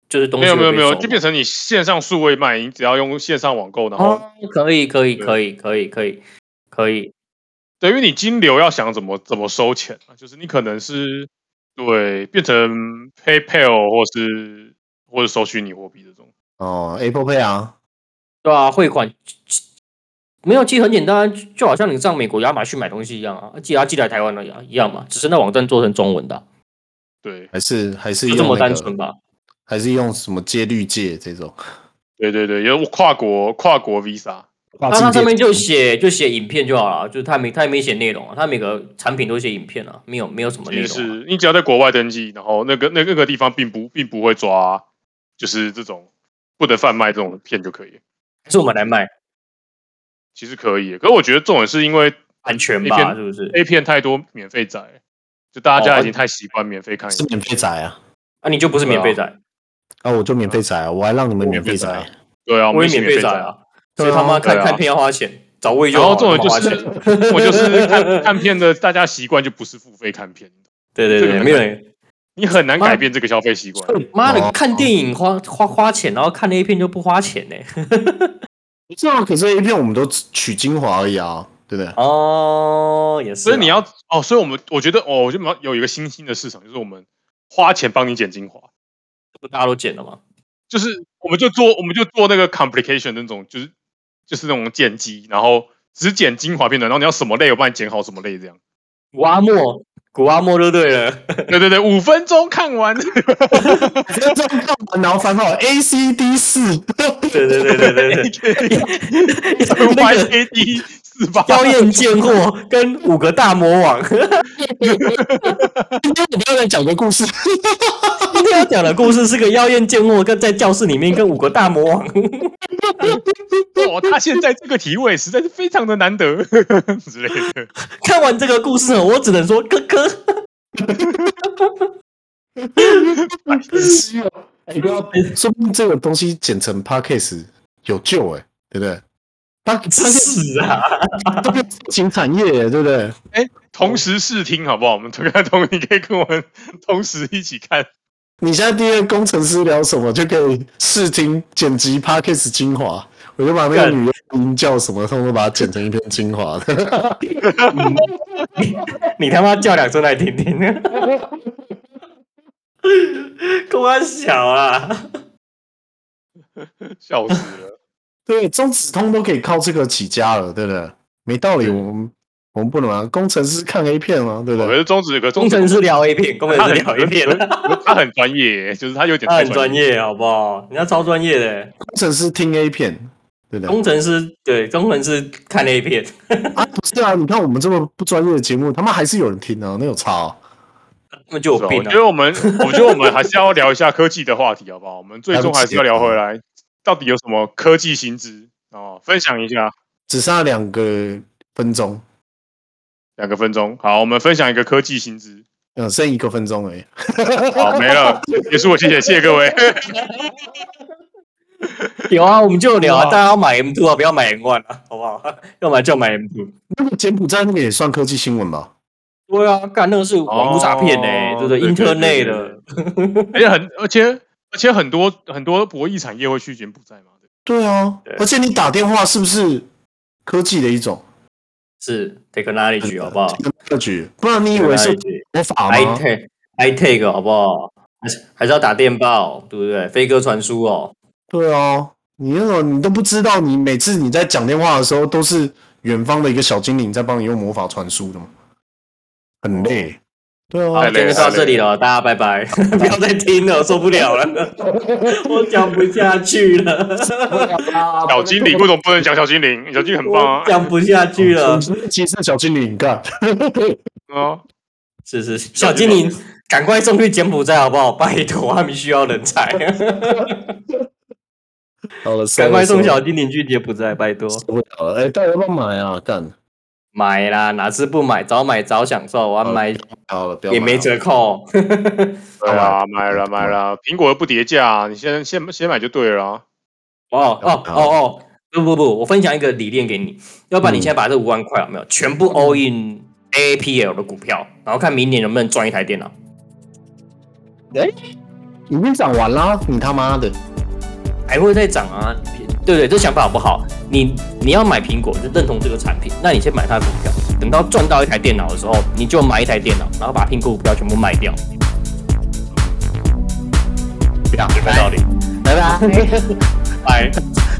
[SPEAKER 1] 就是东西
[SPEAKER 3] 没有没有没有，
[SPEAKER 1] 会被收
[SPEAKER 3] 就变成你线上数位卖，你只要用线上网购，然后
[SPEAKER 1] 哦，可以可以
[SPEAKER 3] 对
[SPEAKER 1] 可以可以可以可以，
[SPEAKER 3] 对，因为你金流要想怎么怎么收钱啊，就是你可能是对变成 PayPal 或是或者收虚拟货币这种，
[SPEAKER 2] 哦，Apple Pay 啊，
[SPEAKER 1] 对啊，汇款没有，其实很简单，就就好像你上美国亚马逊买东西一样啊，寄他寄来台湾的一样嘛，只是那网站做成中文的啊，
[SPEAKER 3] 对
[SPEAKER 2] 还是还是
[SPEAKER 1] 就
[SPEAKER 2] 用、
[SPEAKER 1] 这
[SPEAKER 2] 那
[SPEAKER 1] 么
[SPEAKER 2] 个、
[SPEAKER 1] 单纯吧？
[SPEAKER 2] 还是用什么借绿借这种？
[SPEAKER 3] 对对对，有跨国跨国 Visa，
[SPEAKER 2] 那
[SPEAKER 1] 啊那它上面就写就写影片就好了，就是它没它也没写内容啊，它每个产品都写影片啊，没有没有什么内
[SPEAKER 3] 也
[SPEAKER 1] 容啊、
[SPEAKER 3] 是你只要在国外登记，然后那个那个那个地方并不并不会抓，就是这种不得贩卖这种片就可以了，
[SPEAKER 1] 还是我们来卖
[SPEAKER 3] 其实可以，可是我觉得重点是因为
[SPEAKER 1] 版权
[SPEAKER 3] 那
[SPEAKER 1] 吧，
[SPEAKER 3] 边
[SPEAKER 1] 是不是？
[SPEAKER 3] A 片太多免费仔，就大
[SPEAKER 1] 哦
[SPEAKER 3] 家
[SPEAKER 1] 啊
[SPEAKER 3] 已经太习惯免费看，
[SPEAKER 2] 是免费仔啊！
[SPEAKER 1] 啊，你就不是免费仔，
[SPEAKER 2] 啊，我就免费仔啊，我还让你们免费仔。
[SPEAKER 3] 免费对啊，
[SPEAKER 1] 我
[SPEAKER 3] 们
[SPEAKER 1] 也
[SPEAKER 3] 是
[SPEAKER 1] 免费仔
[SPEAKER 3] 仔。
[SPEAKER 1] 啊，
[SPEAKER 2] 对
[SPEAKER 1] 所
[SPEAKER 2] 啊
[SPEAKER 1] 以他妈看、
[SPEAKER 3] 对啊
[SPEAKER 1] 看片要花钱，找位就
[SPEAKER 3] 然
[SPEAKER 1] 好
[SPEAKER 3] 后
[SPEAKER 1] 了，干
[SPEAKER 3] 这种
[SPEAKER 1] 嘛花
[SPEAKER 3] 就
[SPEAKER 1] 钱。
[SPEAKER 3] 是， *laughs* 我就是看看片的，大家习惯就不是付费看片，
[SPEAKER 1] 对对
[SPEAKER 3] 这个
[SPEAKER 1] 对，
[SPEAKER 3] 很
[SPEAKER 1] 没有人
[SPEAKER 3] 你很难改变这个消费习惯。
[SPEAKER 1] *laughs* 妈的
[SPEAKER 2] 哦
[SPEAKER 1] 看电影花花花钱，然后看 *laughs* A 片就不花钱呢、
[SPEAKER 2] 不是啊，可是 A 片我们都取精华而已啊，对不对？
[SPEAKER 1] 哦，也是啊。
[SPEAKER 3] 所以你要哦，所以我们我觉得哦，我觉得有一个新兴的市场，就是我们花钱帮你剪精华，
[SPEAKER 1] 不大家都剪了吗？
[SPEAKER 3] 就是我们就做我们就做那个 complication 那种，就是就是那种剪辑，然后只剪精华片段，然后你要什么类我帮你剪好什么类 *laughs* 这样。
[SPEAKER 1] 古阿莫，古阿莫就对了。
[SPEAKER 3] 对对对，五分钟看 *laughs* 完，
[SPEAKER 2] 直接这样看完然后翻号 A C D 四，
[SPEAKER 1] 对对对对对对， *laughs*
[SPEAKER 3] *laughs*
[SPEAKER 1] 那个
[SPEAKER 3] YKD 四 *laughs*
[SPEAKER 1] *laughs*
[SPEAKER 3] 八，
[SPEAKER 1] 妖艳贱货跟五个大魔王， *laughs*
[SPEAKER 2] 今天我们要来讲个故事，
[SPEAKER 1] 今天要讲的故事是个妖艳贱货跟在教室里面跟五个大魔 *laughs* 王。
[SPEAKER 3] 哇，他现在这个体位实在是非常的难得 *laughs* 之类的。
[SPEAKER 1] 看完这个故事，我只能说哥哥。
[SPEAKER 2] 是哦，哎不要，说不定这个东西剪成 podcast 有救哎、对不对？它它是
[SPEAKER 1] 是啊，
[SPEAKER 2] 这个新产业欸耶，对不对？
[SPEAKER 3] 哎，同时试听好不好？我们同看同，你可以跟我们同时一起看。
[SPEAKER 2] 你现在订阅工程师聊什么，就可以试听剪辑 podcast 精华。我就把那个
[SPEAKER 1] 干
[SPEAKER 2] 女音叫什么，通通把它剪成一篇精华 *laughs* 的。
[SPEAKER 1] 你他妈叫两声来听听。 *laughs* 公安小啊，
[SPEAKER 3] 笑死 *laughs* 了！
[SPEAKER 2] 对，中子通都可以靠这个起家了，对不对？没道理，我们我们不能啊！工程师看 A 片吗？对不
[SPEAKER 3] 我
[SPEAKER 2] 对？
[SPEAKER 3] 觉得中指可
[SPEAKER 1] 工
[SPEAKER 3] 中指
[SPEAKER 1] 程师聊 A 片，工程
[SPEAKER 3] 他
[SPEAKER 1] 师
[SPEAKER 3] 很
[SPEAKER 1] 聊 A *laughs* 片了，
[SPEAKER 3] 他很专业，就是他有点
[SPEAKER 1] 他
[SPEAKER 3] 太
[SPEAKER 1] 啊很专。业，好不好？人家超专业的，
[SPEAKER 2] 工程师听 A 片，对不对？哦
[SPEAKER 1] 工程师对工程师看 A 片，
[SPEAKER 2] 啊，不是啊！你看我们这么不专业的节目，他妈还是有人听啊，那有差、哦。
[SPEAKER 1] 那就是
[SPEAKER 3] 吧
[SPEAKER 1] 有
[SPEAKER 3] 我
[SPEAKER 1] 病
[SPEAKER 3] 觉
[SPEAKER 1] 了。
[SPEAKER 3] 得我们，我觉得我们还是要聊一下科技的话题，好不好？我们最终还是要聊回来，到底有什么科技新知哦？分享一下，
[SPEAKER 2] 只剩下两个分钟，
[SPEAKER 3] 两个分钟。好，我们分享一个科技新 *laughs* 知。
[SPEAKER 2] 嗯，剩一个分钟而已。
[SPEAKER 3] 好，没了，结束，谢谢，谢谢各位。
[SPEAKER 1] 有啊，我们就有聊啊，
[SPEAKER 3] 哇
[SPEAKER 1] 大家要买 M two 啊，不要买 M one 啊，好不 *laughs* 好？要买就买 M two。
[SPEAKER 2] 那个柬埔寨那个也算科技新闻吧？
[SPEAKER 1] 对啊，干那个是网络诈骗呢、对不
[SPEAKER 3] 哦
[SPEAKER 1] 对
[SPEAKER 3] 对对对
[SPEAKER 1] ？Internet
[SPEAKER 3] 对
[SPEAKER 1] 的，
[SPEAKER 3] 而且很，而且而且很多很多博弈产业会去柬埔寨嘛。对
[SPEAKER 2] 对啊，
[SPEAKER 1] 对
[SPEAKER 2] 而且你打电话是不是科技的一种？
[SPEAKER 1] 是 technology 好不好
[SPEAKER 2] 科技，不然你以为是魔法
[SPEAKER 1] ？I
[SPEAKER 2] 吗？
[SPEAKER 1] take I take 好不好？还是还是要打电报，对不对？飞鸽传书哦，
[SPEAKER 2] 对啊，你那种你都不知道，你每次你在讲电话的时候，都是远方的一个小精灵在帮你用魔法传输的嘛，很累。对
[SPEAKER 1] 好，
[SPEAKER 2] 啊
[SPEAKER 3] 太，
[SPEAKER 1] 今天
[SPEAKER 3] 累了
[SPEAKER 1] 就到这里了，大家拜拜， *laughs* 不要再听了，受不了了， *laughs* 我讲不下去了，
[SPEAKER 3] 小精灵为什么不能讲小精灵？小精灵很棒
[SPEAKER 1] 我
[SPEAKER 3] 啊。
[SPEAKER 1] 讲不下去
[SPEAKER 2] 哦
[SPEAKER 1] 了。
[SPEAKER 2] 其实小精灵干，
[SPEAKER 3] 哦
[SPEAKER 1] 是是，小精灵，赶快送去柬埔寨好不好？拜托，他们需要人
[SPEAKER 3] *laughs*
[SPEAKER 1] 才，
[SPEAKER 2] 好了，
[SPEAKER 1] 赶快送
[SPEAKER 2] 收了
[SPEAKER 1] 小精灵去柬埔寨，拜托。
[SPEAKER 2] 受不了了，哎，大家要不要买啊？干，
[SPEAKER 1] 买啦，哪次不买？早买早享受，我要买
[SPEAKER 2] 好了，不要
[SPEAKER 1] 也
[SPEAKER 2] 买啊
[SPEAKER 1] 没
[SPEAKER 2] 了
[SPEAKER 1] 折 *laughs* 扣。哦
[SPEAKER 3] 对啊，买了买了，苹果又不叠价、你先先先买就对了啊、
[SPEAKER 1] 哦
[SPEAKER 2] 要
[SPEAKER 1] 哦
[SPEAKER 2] 不要
[SPEAKER 1] 哦哦，不不不，我分享一个理念给你，要不然你
[SPEAKER 2] 嗯
[SPEAKER 1] 现在把这五万块有没有全部 all in A P L 的股票，然后看明年能不能赚一台电脑。
[SPEAKER 2] 哎已经讲完啦，你他妈的！
[SPEAKER 1] 还会再涨啊，对不对？这想法好不好？你你要买苹果，就认同这个产品，那你先买它的股票，等到赚到一台电脑的时候，你就买一台电脑，然后把苹果股票全部卖掉，
[SPEAKER 2] 不要，
[SPEAKER 1] 有没有道理？
[SPEAKER 2] 拜拜， *laughs*
[SPEAKER 1] 拜。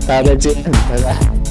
[SPEAKER 2] 大家再见，拜拜。